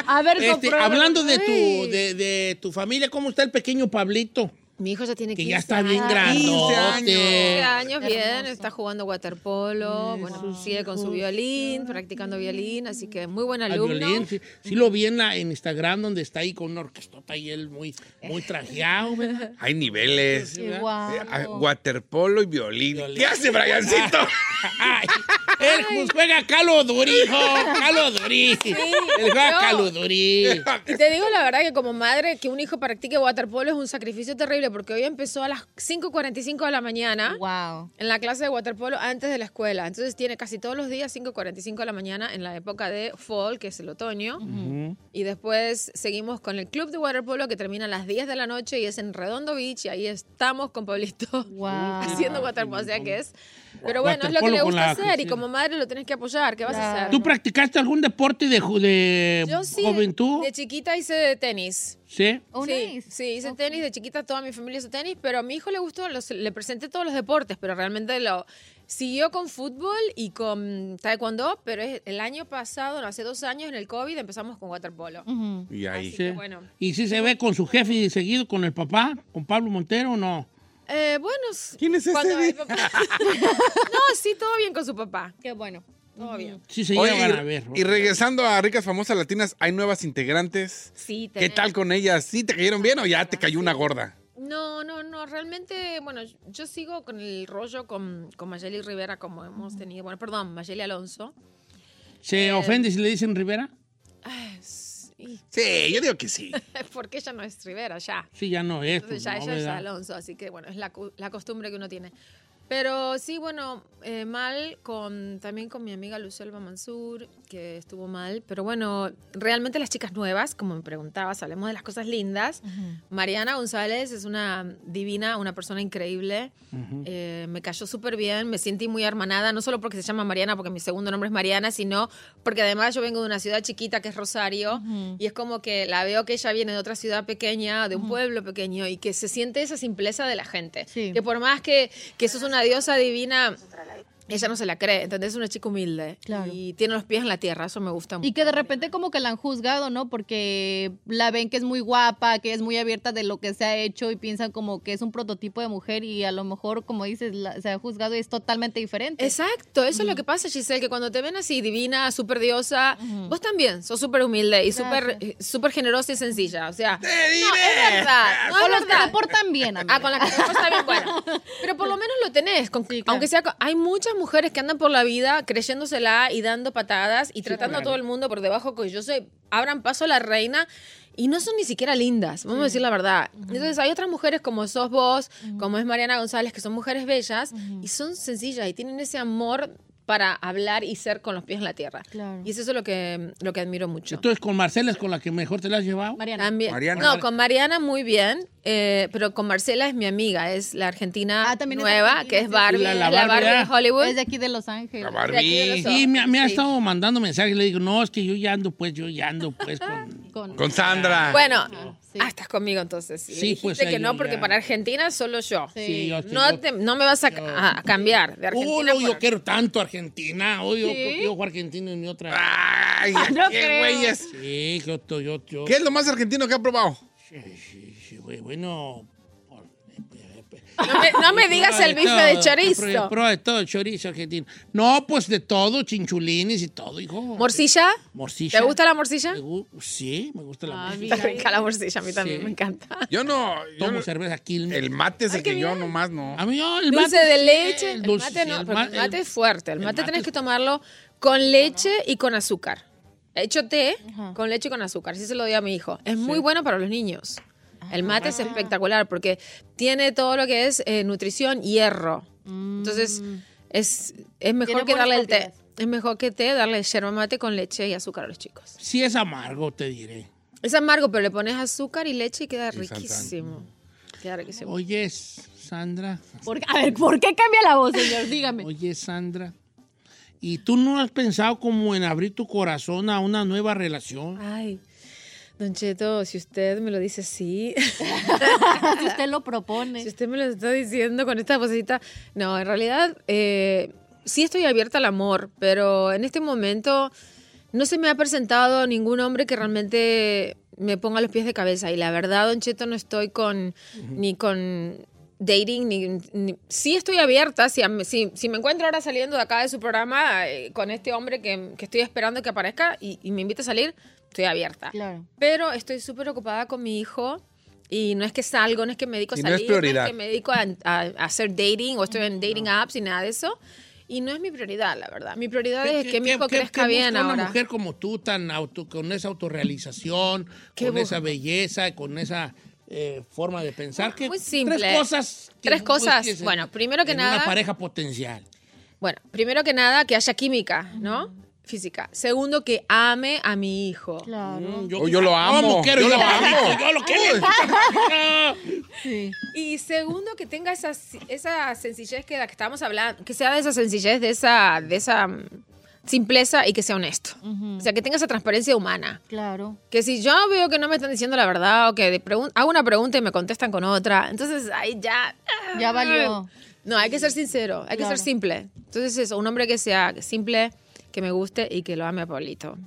Speaker 3: A ver,
Speaker 1: Este,
Speaker 3: compruébalo.
Speaker 1: hablando de tu,
Speaker 3: Ay.
Speaker 1: de, de tu familia, ¿ómo está el pequeño Pablito?
Speaker 5: Mi hijo ya tiene
Speaker 1: Que
Speaker 5: 15
Speaker 1: ya está bien
Speaker 5: años. 15
Speaker 1: grandote.
Speaker 5: años, bien, está jugando waterpolo, bueno, sigue con su violín, practicando violín, así que muy buen
Speaker 1: Al
Speaker 5: alumno.
Speaker 1: Ah, violín, sí, sí lo vi en, la- en Instagram, donde está ahí con una orquestota y él muy, muy trajeado. ¿verdad?
Speaker 10: Hay niveles.
Speaker 1: Sí, ¿verdad?
Speaker 10: Eh, ah, Waterpolo y violín. ¿Qué hace Briancito?
Speaker 1: Él pues, juega Calo Durí, hijo, Calo Durí. Él juega
Speaker 5: yo-
Speaker 1: Calo Durí.
Speaker 5: Y te digo la verdad que como madre, que un hijo practique waterpolo es un sacrificio terrible porque hoy empezó a las 5.45 de la mañana en la clase de waterpolo antes de la escuela. Entonces tiene casi todos los días 5.45 de la mañana en la época de fall, que es el otoño. Y después seguimos con el club de waterpolo que termina a las 10 de la noche y es en Redondo Beach y ahí estamos con Pablito haciendo waterpolo. O sea que es... Pero bueno, es lo que
Speaker 1: Waterpolo
Speaker 5: le
Speaker 1: con
Speaker 5: gusta
Speaker 1: la
Speaker 5: hacer y
Speaker 1: Cristina.
Speaker 5: como madre lo tenés que apoyar. ¿Qué vas a hacer?
Speaker 1: ¿Tú practicaste algún deporte de, ju- de
Speaker 5: Yo sí, de-
Speaker 1: juventud?
Speaker 5: de Oh, chiquita hice tenis.
Speaker 1: Sí.
Speaker 5: Sí, sí, hice tenis de chiquita, toda mi familia hizo tenis, pero a mi hijo le gustó, los- le presenté todos los deportes, pero realmente lo siguió con fútbol y con taekwondo, pero es- el año pasado, no, hace dos años en el COVID empezamos con waterpolo.
Speaker 10: Y ahí.
Speaker 5: que bueno.
Speaker 1: ¿Y si se ve con su jefe y seguido con el papá, con Pablo Montero o no?
Speaker 5: Eh, bueno, s-
Speaker 10: ¿Quién es
Speaker 5: cuando
Speaker 10: ese?
Speaker 5: el papá- no, sí, todo bien con su papá.
Speaker 3: Qué bueno.
Speaker 5: Todo bien.
Speaker 1: Sí, se
Speaker 10: Oye,
Speaker 1: llevan
Speaker 10: y-
Speaker 1: a ver.
Speaker 10: Y regresando a Ricas Famosas Latinas, ¿hay nuevas integrantes?
Speaker 5: Sí,
Speaker 10: ¿Qué
Speaker 5: tenés-
Speaker 10: tal con ellas? ¿Sí te cayeron bien o ya te cayó una gorda?
Speaker 5: No, no, no, realmente, bueno, yo- yo sigo con el rollo con, con Mayeli Rivera como hemos tenido, bueno, perdón, Mayeli Alonso.
Speaker 1: ¿Se
Speaker 5: Eh,
Speaker 1: ofende si le dicen Rivera?
Speaker 5: Ay, sí.
Speaker 10: Sí, yo digo que sí.
Speaker 5: Porque ella no es Rivera, ya.
Speaker 1: Sí, ya no es.
Speaker 5: Entonces
Speaker 1: pues,
Speaker 5: ya
Speaker 1: no,
Speaker 5: ella es
Speaker 1: ¿verdad?
Speaker 5: Alonso, así que bueno, es la, cu- la costumbre que uno tiene. Pero sí, bueno, eh, mal con también con mi amiga Lucelva Mansur, que estuvo mal. Pero bueno, realmente las chicas nuevas, como me preguntabas, hablemos de las cosas lindas. Mariana González es una divina, una persona increíble. Eh, me cayó súper bien, me sentí muy hermanada, no solo porque se llama Mariana, porque mi segundo nombre es Mariana, sino porque además yo vengo de una ciudad chiquita que es Rosario, y es como que la veo que ella viene de otra ciudad pequeña, de un pueblo pequeño, y que se siente esa simpleza de la gente. Que por más que, que sos una diosa divina, ella no se la cree, ¿entendés? Es una chica humilde. Y tiene los pies en la tierra, eso me gusta mucho.
Speaker 3: Y que de repente como que la han juzgado, ¿no? Porque la ven que es muy guapa, que es muy abierta de lo que se ha hecho y piensan como que es un prototipo de mujer y a lo mejor, como dices, la- se ha juzgado y es totalmente diferente.
Speaker 5: Exacto, eso es lo que pasa, Giselle, que cuando te ven así divina, súper diosa, vos también sos súper humilde y súper eh, súper generosa y sencilla. O sea, no, es verdad. No,
Speaker 3: Con
Speaker 5: es
Speaker 3: los que
Speaker 5: verdad.
Speaker 3: se portan bien, amiga.
Speaker 5: Ah, con la que se portan bien, bueno. Pero por lo menos lo tenés, con- aunque sea... con- hay muchas mujeres que andan por la vida creyéndosela y dando patadas y tratando
Speaker 3: claro.
Speaker 5: a todo el mundo por debajo que yo soy, abran paso a la reina y no son ni siquiera lindas, vamos a decir la verdad. Entonces hay otras mujeres como sos vos, como es Mariana González, que son mujeres bellas y son sencillas y tienen ese amor para hablar y ser con los pies en la tierra. Y eso es lo que, lo que admiro mucho.
Speaker 1: Entonces, con Marcela es con la que mejor te la has llevado.
Speaker 5: Mariana. No, con Mariana muy bien, eh, pero con Marcela es mi amiga, es la argentina
Speaker 3: también es
Speaker 5: nueva,
Speaker 3: argentina,
Speaker 5: que es
Speaker 3: sí.
Speaker 5: Barbie,
Speaker 1: La-
Speaker 5: la,
Speaker 1: la
Speaker 5: Barbie,
Speaker 1: Barbie, ah.
Speaker 5: de Hollywood.
Speaker 3: Es de aquí de Los Ángeles.
Speaker 1: La
Speaker 5: Barbie. De aquí de los
Speaker 1: Y me, me ha
Speaker 5: ojos, sí.
Speaker 1: estado mandando mensajes. Le digo, no, es que yo ya ando, pues, yo ya ando, pues, con.
Speaker 10: Con Sandra.
Speaker 5: Bueno, ah, estás conmigo entonces. Sí,
Speaker 1: Sí,
Speaker 5: dijiste
Speaker 1: pues,
Speaker 5: que
Speaker 1: ahí
Speaker 5: no,
Speaker 1: ya.
Speaker 5: porque para Argentina solo yo.
Speaker 1: Sí, yo-
Speaker 5: no, te- no me vas a, a- a cambiar de
Speaker 1: Oh,
Speaker 5: Argentina.
Speaker 1: no, yo quiero tanto Argentina. Odio,
Speaker 5: ¿Sí? Ah.
Speaker 1: odio Argentina en mi otra.
Speaker 10: Ay,
Speaker 5: No
Speaker 10: qué
Speaker 5: creo.
Speaker 10: güeyes.
Speaker 1: Sí, yo, yo, yo, yo-
Speaker 10: ¿Qué es lo más argentino que ha probado?
Speaker 1: Sí, güey, bueno. eh,
Speaker 5: No me, no me digas el bife de
Speaker 1: Prueba,
Speaker 5: chorizo.
Speaker 1: prueba de todo, chorizo argentino. No, pues de todo, chinchulines y todo, hijo.
Speaker 5: ¿Morcilla?
Speaker 1: Morcilla.
Speaker 5: ¿Te gusta la morcilla?
Speaker 1: Sí, me gusta la
Speaker 5: Ah,
Speaker 1: morcilla.
Speaker 5: Está rica la morcilla, a mí también
Speaker 1: Sí.
Speaker 5: me encanta.
Speaker 10: Yo no. yo
Speaker 1: Tomo Ah,
Speaker 10: no-
Speaker 1: cerveza Quilmes.
Speaker 10: El mate es el que yo nomás no.
Speaker 1: A mí yo, el
Speaker 5: Dulce
Speaker 1: mate-
Speaker 5: de leche.
Speaker 1: el
Speaker 5: El
Speaker 1: dulce,
Speaker 5: mate
Speaker 1: sí,
Speaker 5: no,
Speaker 1: el
Speaker 5: porque
Speaker 1: ma-
Speaker 5: el
Speaker 1: el-
Speaker 5: mate es fuerte. El mate
Speaker 1: mate
Speaker 5: tenés
Speaker 1: es-
Speaker 5: que tomarlo con leche y con azúcar. He hecho té con leche y con azúcar. Así se lo doy a mi hijo. Es muy bueno para los niños.
Speaker 3: Ah,
Speaker 5: El mate es espectacular porque tiene todo lo que es eh, nutrición, hierro.
Speaker 3: Mm.
Speaker 5: Entonces, es, es mejor que
Speaker 3: buenas
Speaker 5: darle el té. Es mejor que té darle yerba mate con leche y azúcar a los chicos.
Speaker 1: Sí es amargo, te diré.
Speaker 5: Es amargo, pero le pones azúcar y leche y queda
Speaker 1: salsa.
Speaker 5: riquísimo. Queda riquísimo.
Speaker 1: Oye, Sandra.
Speaker 3: ¿Por qué- a ver, ¿por qué cambia la voz, Oh, señor? Dígame.
Speaker 1: Oye, Sandra. ¿Y tú no has pensado como en abrir tu corazón a una nueva relación?
Speaker 5: Ay, Don Cheto, si usted me lo dice así.
Speaker 3: si usted lo propone.
Speaker 5: Si usted me lo está diciendo con esta vocecita. No, en realidad eh, sí estoy abierta al amor, pero en este momento no se me ha presentado ningún hombre que realmente me ponga los pies de cabeza. Y la verdad, Don Cheto, no estoy con ni con dating, ni, ni- sí estoy abierta. Si, a- si, si me encuentro ahora saliendo de acá de su programa eh, con este hombre que, que estoy esperando que aparezca y, y me invita a salir, estoy abierta.
Speaker 3: Claro.
Speaker 5: Pero estoy súper ocupada con mi hijo y no es que salgo, no es que me dedico a
Speaker 10: Y no
Speaker 5: salir,
Speaker 10: es prioridad.
Speaker 5: que me dedico a, a- a hacer dating o estoy
Speaker 1: Mm,
Speaker 5: en dating apps y nada de eso. Y no es mi prioridad, la verdad. Mi prioridad es que mi hijo
Speaker 1: qué-
Speaker 5: crezca
Speaker 1: qué
Speaker 5: bien
Speaker 1: busca
Speaker 5: ahora.
Speaker 1: Una mujer como tú, tan auto, con esa autorrealización,
Speaker 5: ¿Qué
Speaker 1: con
Speaker 5: busca?
Speaker 1: esa belleza, con esa eh, forma de pensar. que
Speaker 5: Muy simple.
Speaker 1: Tres cosas. que
Speaker 5: Tres
Speaker 1: tú
Speaker 5: cosas.
Speaker 1: busques en-
Speaker 5: Bueno, primero que
Speaker 1: en
Speaker 5: nada-
Speaker 1: Una pareja potencial.
Speaker 5: Bueno, primero que nada, que haya química, ¿no? Física. Segundo, que ame a mi hijo.
Speaker 3: Claro.
Speaker 10: Oh, yo lo amo,
Speaker 1: ¿Cómo Mm, quiero
Speaker 10: yo lo amo.
Speaker 1: Yo lo quiero.
Speaker 5: Y segundo, que tenga esa, esa sencillez que la que estábamos hablando, que sea de esa sencillez, de esa, de esa mm, simpleza y que sea honesto. O sea, que tenga esa transparencia humana.
Speaker 3: Claro.
Speaker 5: Que si yo veo que no me están diciendo la verdad o que de pregun- hago una pregunta y me contestan con otra, entonces ahí ya... ah,
Speaker 3: Ya valió.
Speaker 5: No, hay que ser sincero, hay que
Speaker 3: Claro.
Speaker 5: ser simple. Entonces eso, un hombre que sea simple, que me guste y que lo ame a Pablito.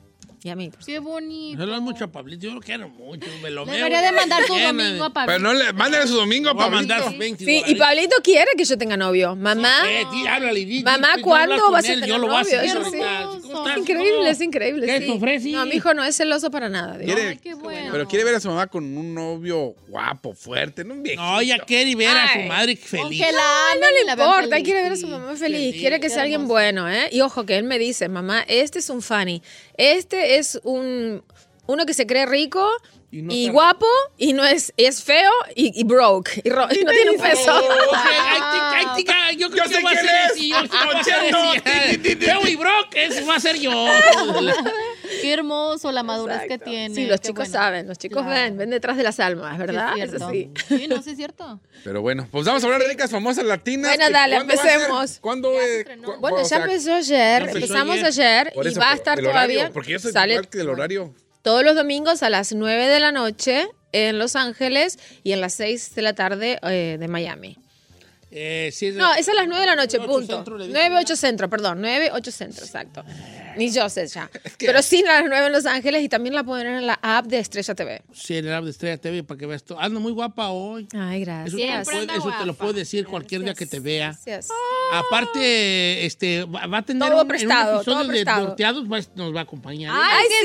Speaker 5: Y a mí.
Speaker 3: Qué bonito.
Speaker 1: Yo lo amo mucho a Pablito, yo lo quiero mucho. Me lo
Speaker 3: Le
Speaker 1: veo.
Speaker 3: debería de mandar tu
Speaker 1: Llena
Speaker 3: domingo a
Speaker 1: de-
Speaker 3: Pablo.
Speaker 10: Pero no le, mándale su domingo a
Speaker 1: Voy a
Speaker 10: Pablito.
Speaker 1: mandar 20
Speaker 5: Sí, y Pablito quiere que yo tenga novio. Mamá,
Speaker 1: Eh, di, háblale, di, di,
Speaker 5: Ah. mamá,
Speaker 1: di, habla
Speaker 5: ¿cuándo
Speaker 1: con
Speaker 5: vas a
Speaker 1: él,
Speaker 5: tener
Speaker 1: Yo lo voy a
Speaker 5: novio?
Speaker 1: hacer
Speaker 5: Yo sí.
Speaker 1: ahorita. ¿Cómo
Speaker 5: Es
Speaker 1: estás?
Speaker 5: increíble,
Speaker 1: No.
Speaker 5: es increíble.
Speaker 1: ¿Qué
Speaker 5: sí.
Speaker 1: te ofrecí?
Speaker 5: No, mi hijo no es celoso para nada. digo.
Speaker 10: Quiere-
Speaker 3: Qué bueno.
Speaker 10: pero quiere ver a su mamá con un novio guapo, fuerte, no un viejo.
Speaker 1: No, ella quiere ver a su
Speaker 5: Ay.
Speaker 1: madre feliz.
Speaker 3: Aunque la amen
Speaker 5: Ah, No
Speaker 3: y
Speaker 5: le
Speaker 3: la vean
Speaker 5: importa, él
Speaker 3: feliz.
Speaker 5: quiere ver a su mamá feliz,
Speaker 1: feliz,
Speaker 5: quiere que
Speaker 3: qué
Speaker 5: sea alguien
Speaker 3: hermoso.
Speaker 5: bueno, ¿eh? Y ojo, que él me dice, mamá, este es un Fanny, este es un uno que se cree rico
Speaker 1: Y
Speaker 5: y,
Speaker 1: no está-
Speaker 5: guapo y no es, es feo y, y broke, y, ro- y no tiene un peso.
Speaker 1: Ok, I think- I think, ah, yo creo
Speaker 10: Yo
Speaker 1: que
Speaker 10: sé
Speaker 1: va a
Speaker 10: quién
Speaker 1: ser
Speaker 10: es.
Speaker 1: así, yo creo que va a
Speaker 10: Concheto.
Speaker 1: ser así. Feo y Brock, ese va a ser yo.
Speaker 3: Qué hermoso la madurez que
Speaker 5: Exacto.
Speaker 3: tiene.
Speaker 5: Sí, los
Speaker 3: Pues, qué
Speaker 5: chicos
Speaker 3: bueno.
Speaker 5: saben, los chicos
Speaker 3: Claro.
Speaker 5: ven, ven detrás de las almas,
Speaker 3: Sí,
Speaker 5: ¿verdad?
Speaker 3: es
Speaker 5: Eso
Speaker 3: cierto.
Speaker 5: sí.
Speaker 3: Sí, no, sí es cierto.
Speaker 10: Pero bueno, pues vamos a hablar de ricas famosas latinas.
Speaker 5: Bueno,
Speaker 10: que
Speaker 5: dale,
Speaker 10: ¿cuándo va a ser?
Speaker 5: empecemos.
Speaker 10: ¿Cuándo? eh, cu-
Speaker 5: Bueno,
Speaker 10: cu-
Speaker 5: ya
Speaker 10: o sea,
Speaker 5: empezó ayer,
Speaker 10: empezó
Speaker 5: empezamos
Speaker 1: ayer.
Speaker 5: ayer
Speaker 10: por
Speaker 5: y
Speaker 10: eso,
Speaker 5: va a
Speaker 10: pero
Speaker 5: estar
Speaker 10: el
Speaker 5: todavía.
Speaker 10: horario, porque yo soy
Speaker 5: sale-
Speaker 10: parte del horario.
Speaker 5: todos los domingos a las 9 de la noche en Los Ángeles y en las 6 de la tarde eh, de Miami.
Speaker 1: Eh, sí, es-
Speaker 5: No, es a las 9 de la noche,
Speaker 1: 8
Speaker 5: punto.
Speaker 1: centro, le dije,
Speaker 5: 9,
Speaker 1: ¿no?
Speaker 5: 8 centro, perdón, 9, 8 centro, exacto. Ni yo sé ya. Pero sí a las 9 en Los Ángeles y también la ponen en la app de Estrella TV.
Speaker 1: Sí, en el app de Estrella TV para que veas todo. Ando muy guapa hoy.
Speaker 5: Ay,
Speaker 1: Eso,
Speaker 5: gracias.
Speaker 1: te, lo puedo, eso te lo puedo decir cualquier día que te vea.
Speaker 5: Gracias.
Speaker 1: Aparte, este, va va a tener
Speaker 5: Todo
Speaker 1: un- en
Speaker 5: prestado,
Speaker 1: un episodio
Speaker 5: todo
Speaker 1: de
Speaker 5: prestado.
Speaker 1: Dorteados, va- nos va a acompañar.
Speaker 5: ¡Ay, sí,
Speaker 1: ¿eh?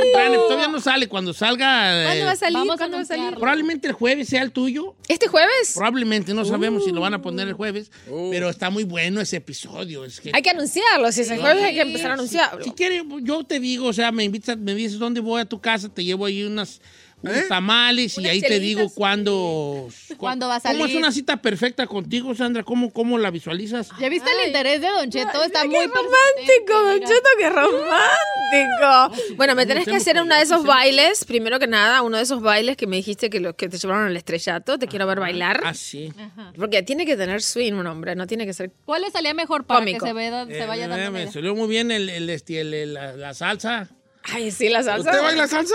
Speaker 5: es
Speaker 1: Planet,
Speaker 5: cierto!
Speaker 1: Todavía no sale. Cuando salga...
Speaker 5: ¿Cuándo
Speaker 1: eh,
Speaker 5: va a salir? ¿Cuándo va a salir?
Speaker 1: Probablemente el jueves sea el tuyo.
Speaker 5: ¿Este jueves?
Speaker 1: Probablemente, no sabemos si lo van a poner el jueves, pero está muy bueno ese episodio. Es que,
Speaker 5: Hay que anunciarlo. Si es el jueves, hay que empezar a
Speaker 1: Sí,
Speaker 5: anunciarlo.
Speaker 1: Si quieres, yo te digo, o sea, me invitas, me dices dónde voy a tu casa, te llevo ahí unas, unos tamales y
Speaker 11: Unas
Speaker 1: ahí te
Speaker 11: chelitas.
Speaker 1: digo cuándo...
Speaker 3: ¿Cuándo va a
Speaker 1: ¿Cómo es
Speaker 3: salir?
Speaker 1: una cita perfecta contigo, Sandra? ¿Cómo, cómo la visualizas?
Speaker 5: Ah.
Speaker 3: ¿Ya viste el interés de Don Cheto? Está muy
Speaker 5: romántico, Don Cheto, qué romántico. Bueno, me tenés que hacer uno de esos bailes, primero que nada, uno de esos bailes que me dijiste que, los que te llevaron al estrellato, te quiero ver bailar.
Speaker 1: Ah, sí.
Speaker 5: Porque tiene que tener swing un hombre, no tiene que ser...
Speaker 3: ¿Cuál le salía mejor para
Speaker 5: Cómico.
Speaker 3: que se, vea- se
Speaker 1: Eh,
Speaker 3: vaya
Speaker 1: me-
Speaker 3: dando una
Speaker 1: Me
Speaker 3: idea?
Speaker 1: salió muy bien el, el, este, el- el- la, la salsa.
Speaker 5: Ay, sí, la salsa.
Speaker 1: ¿Usted baila salsa?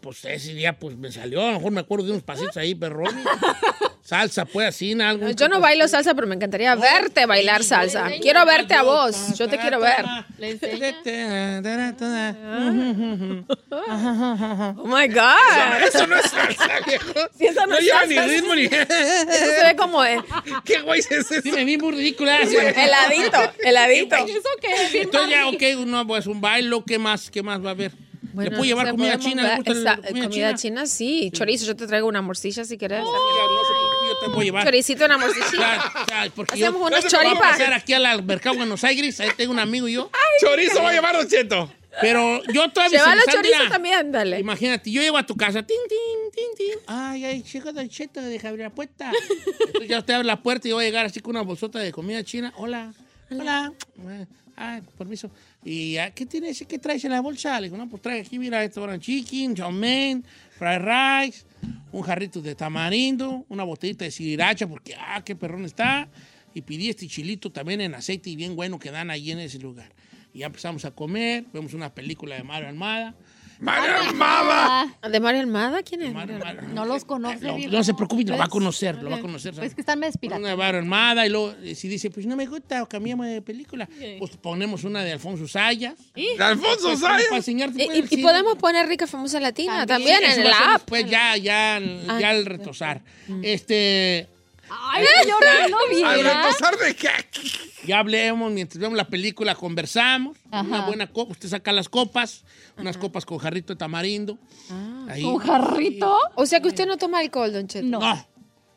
Speaker 1: Pues ese día pues me salió, a lo mejor me acuerdo de unos pasitos ahí, perrón. salsa, pues así, en algo.
Speaker 5: Yo no bailo salsa, pero me encantaría verte bailar salsa. Quiero verte a vos, yo te quiero ver. Oh my God.
Speaker 1: Eso no es salsa, viejo.
Speaker 5: Sí, esa no
Speaker 1: No
Speaker 5: es
Speaker 1: lleva
Speaker 5: salsa.
Speaker 1: ni ritmo ni.
Speaker 5: Eso se ve como el
Speaker 1: ¿Qué güey es eso? Sí, me vi muy ridícula.
Speaker 5: heladito, heladito.
Speaker 1: ¿Eso qué? Entonces ya, ok, uno, pues un baile, ¿qué más, qué más va a haber?
Speaker 5: Bueno,
Speaker 1: ¿Le puedo llevar
Speaker 5: o sea,
Speaker 1: comida
Speaker 5: podemos
Speaker 1: china?
Speaker 5: ver-
Speaker 1: ¿Le gusta la
Speaker 5: esa- eh,
Speaker 1: comida,
Speaker 5: comida
Speaker 1: china? Oh.
Speaker 5: china? Sí, chorizo, yo te traigo una morcilla si querés.
Speaker 1: Yo te puedo llevar.
Speaker 5: Choricito, una morcillita.
Speaker 1: Claro, claro, porque
Speaker 5: Hacemos
Speaker 1: yo-
Speaker 5: unas
Speaker 1: Vamos a
Speaker 5: choripas.
Speaker 1: pasar aquí al mercado Buenos Aires, ahí tengo un amigo y yo.
Speaker 5: Chorizo va a llevar
Speaker 1: Don Cheto. Pero yo todavía
Speaker 5: Lleva los
Speaker 1: visualizando,
Speaker 5: chorizos
Speaker 1: mira,
Speaker 5: también, dale.
Speaker 1: Imagínate, yo llego a tu casa, tin, tin, tin, tin. Ay, ay, chica Don Cheto, deja abrir la puerta. Entonces ya usted abre la puerta y yo voy a llegar así con una bolsota de comida china. Hola, hola. Ay, permiso. ¿Y ah, qué tienes? ¿Qué traes en la bolsa? Le digo, no, pues trae aquí, mira, esto, orange chicken, chow mein, fried rice, un jarrito de tamarindo, una botellita de sriracha, porque, ah, qué perrón está. Y pedí este chilito también en aceite y bien bueno que dan ahí en ese lugar. Y ya empezamos a comer, vemos una película de Mario Almada. ¡Mario
Speaker 5: ¿De Mario Almada? ¿Quién es?
Speaker 3: No los conoce
Speaker 1: No,
Speaker 3: bien.
Speaker 1: no se preocupe, lo va a conocer, lo va a conocer.
Speaker 3: pues, Es que están medio
Speaker 1: Una de Mario Almada y luego eh, si dice, pues no me gusta, o cambiamos de película, pues ponemos una de Alfonso Sayas.
Speaker 5: ¿Y?
Speaker 1: ¿De Alfonso Pues, Sayas? para
Speaker 3: Eh,
Speaker 1: enseñarte,
Speaker 5: Y-
Speaker 1: pues,
Speaker 5: Y,
Speaker 1: el
Speaker 5: y
Speaker 1: cine.
Speaker 5: podemos poner rica famosa latina también,
Speaker 1: Sí, eso
Speaker 5: en
Speaker 1: va a ser
Speaker 5: la app.
Speaker 1: Después ya, ya,
Speaker 5: Ah.
Speaker 1: ya al retosar. Este...
Speaker 3: Mm. Ay, señora, no viera.
Speaker 1: de qué? Ya hablemos, mientras vemos la película, conversamos.
Speaker 3: Ajá.
Speaker 1: Una buena copa. Usted saca las copas, unas copas con jarrito de tamarindo.
Speaker 3: Ah,
Speaker 1: Ahí.
Speaker 5: jarrito? O sea que usted no toma alcohol, Don Cheto.
Speaker 1: No.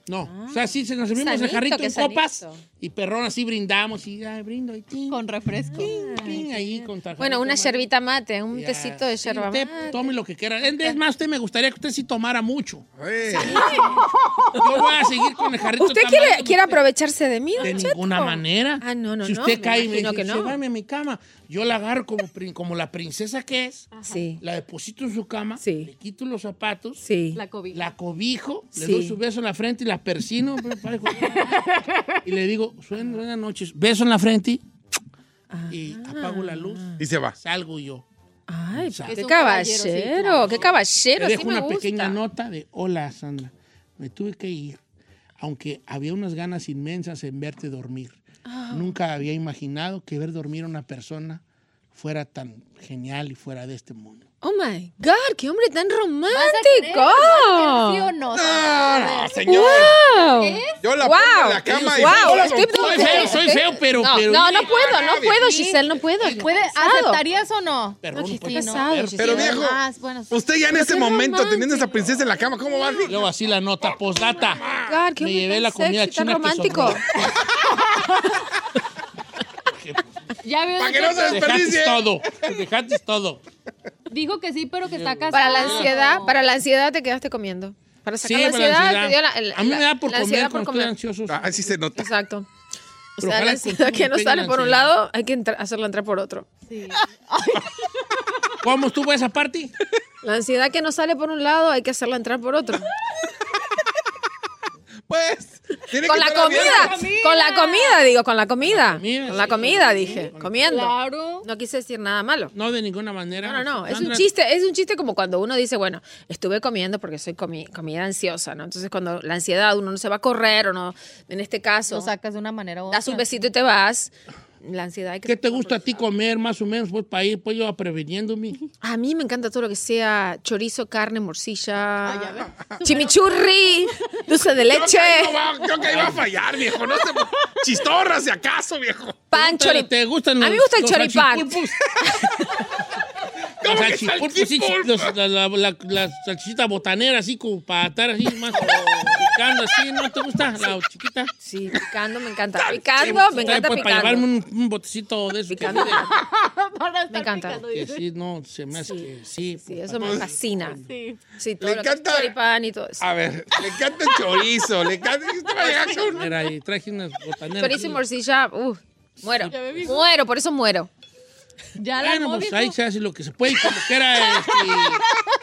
Speaker 1: No. O sea, sí, se nos servimos
Speaker 5: Ah. Sanito,
Speaker 1: el jarrito
Speaker 5: que
Speaker 1: en
Speaker 5: sanito.
Speaker 1: copas y perrón así brindamos y ay, brindo y tin,
Speaker 3: Con refresco.
Speaker 1: ahí con tarjeta.
Speaker 5: Bueno, una yerbita mate, un
Speaker 1: Ya.
Speaker 5: tecito de
Speaker 1: Sí,
Speaker 5: yerba
Speaker 1: usted
Speaker 5: mate.
Speaker 1: Tome lo que quiera. Es más, usted me gustaría que usted sí tomara mucho. Yo voy a seguir con el jarrito
Speaker 5: ¿Usted
Speaker 1: de
Speaker 5: quiere,
Speaker 1: tamarindo.
Speaker 5: quiere aprovecharse de mí,
Speaker 1: De
Speaker 5: Don Cheto?
Speaker 1: ninguna manera.
Speaker 5: Ah, no, no,
Speaker 1: si
Speaker 5: no,
Speaker 1: usted
Speaker 5: me
Speaker 1: cae y me
Speaker 5: imagino
Speaker 1: dice,
Speaker 5: que no.
Speaker 1: llévame a mi cama, yo la agarro como, prin- como la princesa que es,
Speaker 5: Ah,
Speaker 1: la deposito en su cama, le quito los zapatos,
Speaker 3: La COVID.
Speaker 1: la cobijo, le
Speaker 3: Sí.
Speaker 1: doy su beso en la frente y la persino. pues, parejo. y le digo, "Suen- buenas noches, beso en la frente y apago la luz.
Speaker 10: Y se va.
Speaker 1: Salgo yo.
Speaker 5: Ah. Ay,
Speaker 1: Salgo.
Speaker 5: qué caballero, qué caballero,
Speaker 1: Le
Speaker 5: sí
Speaker 1: dejo
Speaker 5: me
Speaker 1: una
Speaker 5: gusta.
Speaker 1: pequeña nota de, hola Sandra, me tuve que ir, aunque había unas ganas inmensas en verte dormir.
Speaker 5: Ah.
Speaker 1: Nunca había imaginado que ver dormir a una persona fuera tan genial y fuera de este mundo.
Speaker 5: Oh my God, qué hombre tan
Speaker 3: creer,
Speaker 5: romántico.
Speaker 3: vas a creer, ¿sí o no?
Speaker 1: No, no,
Speaker 5: señor. Wow.
Speaker 10: Yo la
Speaker 5: wow.
Speaker 10: pongo en la cama y-
Speaker 5: wow.
Speaker 10: Hola,
Speaker 5: estoy-
Speaker 10: soy feo, soy
Speaker 5: estoy-
Speaker 10: feo, pero-
Speaker 5: No,
Speaker 10: pero-
Speaker 5: no, no puedo, no
Speaker 10: Ah,
Speaker 5: puedo,
Speaker 10: bien.
Speaker 5: Giselle, no puedo.
Speaker 3: ¿Puede,
Speaker 5: Casado.
Speaker 3: ¿Aceptarías o no?
Speaker 1: Perro,
Speaker 3: no,
Speaker 1: no
Speaker 3: Giselle,
Speaker 1: puede
Speaker 3: no.
Speaker 5: casado,
Speaker 10: Pero viejo,
Speaker 3: Ah, bueno, sí.
Speaker 10: usted ya en ese
Speaker 3: Qué
Speaker 10: momento,
Speaker 3: romántico.
Speaker 10: teniendo esa princesa en la cama, ¿cómo va?
Speaker 1: Luego así la nota, postdata.
Speaker 5: God, qué
Speaker 1: Ah, Me
Speaker 5: hombre
Speaker 1: llevé
Speaker 5: tan
Speaker 1: la comida
Speaker 5: sexy, tan
Speaker 1: china que sobró.
Speaker 5: romántico.
Speaker 3: Ya veo.
Speaker 5: Pa' que
Speaker 3: Don
Speaker 5: no se
Speaker 3: Cheto.
Speaker 1: Dejaste todo, dejaste todo.
Speaker 3: Dijo que sí, pero que está casado.
Speaker 5: Para la ansiedad, para la ansiedad te quedaste comiendo. Para sacar
Speaker 1: Sí,
Speaker 5: la
Speaker 1: para la
Speaker 5: ansiedad,
Speaker 1: ansiedad.
Speaker 5: te dio la, el-
Speaker 1: A mí me da
Speaker 5: la-
Speaker 1: por
Speaker 5: la
Speaker 1: comer
Speaker 5: ansiedad por
Speaker 1: cuando estoy
Speaker 5: comer.
Speaker 1: ansioso.
Speaker 10: Así Ah, se nota.
Speaker 5: Exacto. O
Speaker 1: Pero
Speaker 5: sea, la
Speaker 1: ojalá
Speaker 5: ansiedad
Speaker 1: consumo
Speaker 5: que no
Speaker 1: pegue la
Speaker 5: sale por un
Speaker 1: ansiedad.
Speaker 5: lado, hay que entra- hacerla entrar por otro.
Speaker 1: ¿Cómo estuvo esa parte?
Speaker 5: La ansiedad que no sale por un lado, hay que hacerla entrar por otro.
Speaker 10: Pues, tiene
Speaker 5: Con
Speaker 10: que
Speaker 5: la
Speaker 10: estar
Speaker 5: comida,
Speaker 10: abierta.
Speaker 5: con la comida, digo, con la comida. Con la comida, dije, comiendo.
Speaker 3: Claro.
Speaker 5: No quise decir nada malo.
Speaker 1: No, de ninguna manera.
Speaker 5: No, no, no. Es un
Speaker 1: Sandra,
Speaker 5: chiste, es un chiste como cuando uno dice, bueno, estuve comiendo porque soy comi- comida ansiosa, ¿no? Entonces cuando la ansiedad uno no se va a correr o no, en este caso,
Speaker 3: Lo sacas de una manera u otra.
Speaker 5: das un besito y te vas. la ansiedad hay que
Speaker 1: ¿Qué te gusta a ti comer más o menos pues, para ir pues, yo preveniéndome?
Speaker 5: A mí me encanta todo lo que sea chorizo, carne, morcilla, chimichurri, dulce de leche.
Speaker 10: Creo que, ahí no va- creo que ahí va a fallar, viejo. No se... Chistorra, si acaso, viejo.
Speaker 5: Pan,
Speaker 1: chori- ¿Te gustan
Speaker 5: A mí me
Speaker 1: los-
Speaker 5: gusta el
Speaker 1: los
Speaker 5: choripán.
Speaker 1: salchipulpos?
Speaker 10: ¿Cómo
Speaker 1: Los
Speaker 10: que
Speaker 1: salchipulpos, sí,
Speaker 10: salchipulpo?
Speaker 1: los- la, la, la- la salchichita botanera, así como para estar así más picando, así, ¿no te gusta la chiquita?
Speaker 5: Sí, picando me encanta. Picando, me encanta
Speaker 1: Pues, Para llevarme
Speaker 5: picando.
Speaker 1: un, un botecito de eso.
Speaker 5: Picando. Me encanta.
Speaker 1: Que sí, no, se me hace que sí. pues,
Speaker 5: Sí, eso me fascina. Sí, todo
Speaker 10: Le
Speaker 5: lo que es
Speaker 10: encanta-
Speaker 5: choripán y todo eso.
Speaker 10: A ver, le encanta el chorizo, le encanta. Usted va a llegar con un-
Speaker 1: pues, Mira, ahí traje unas botaneras.
Speaker 5: Chorizo y morcilla, uh, muero.
Speaker 3: Ya me vi.
Speaker 5: Muero, por eso muero.
Speaker 3: Ya la
Speaker 1: Bueno,
Speaker 3: armó,
Speaker 1: pues
Speaker 3: viejo.
Speaker 1: ahí se hace lo que se puede, y como que era. este,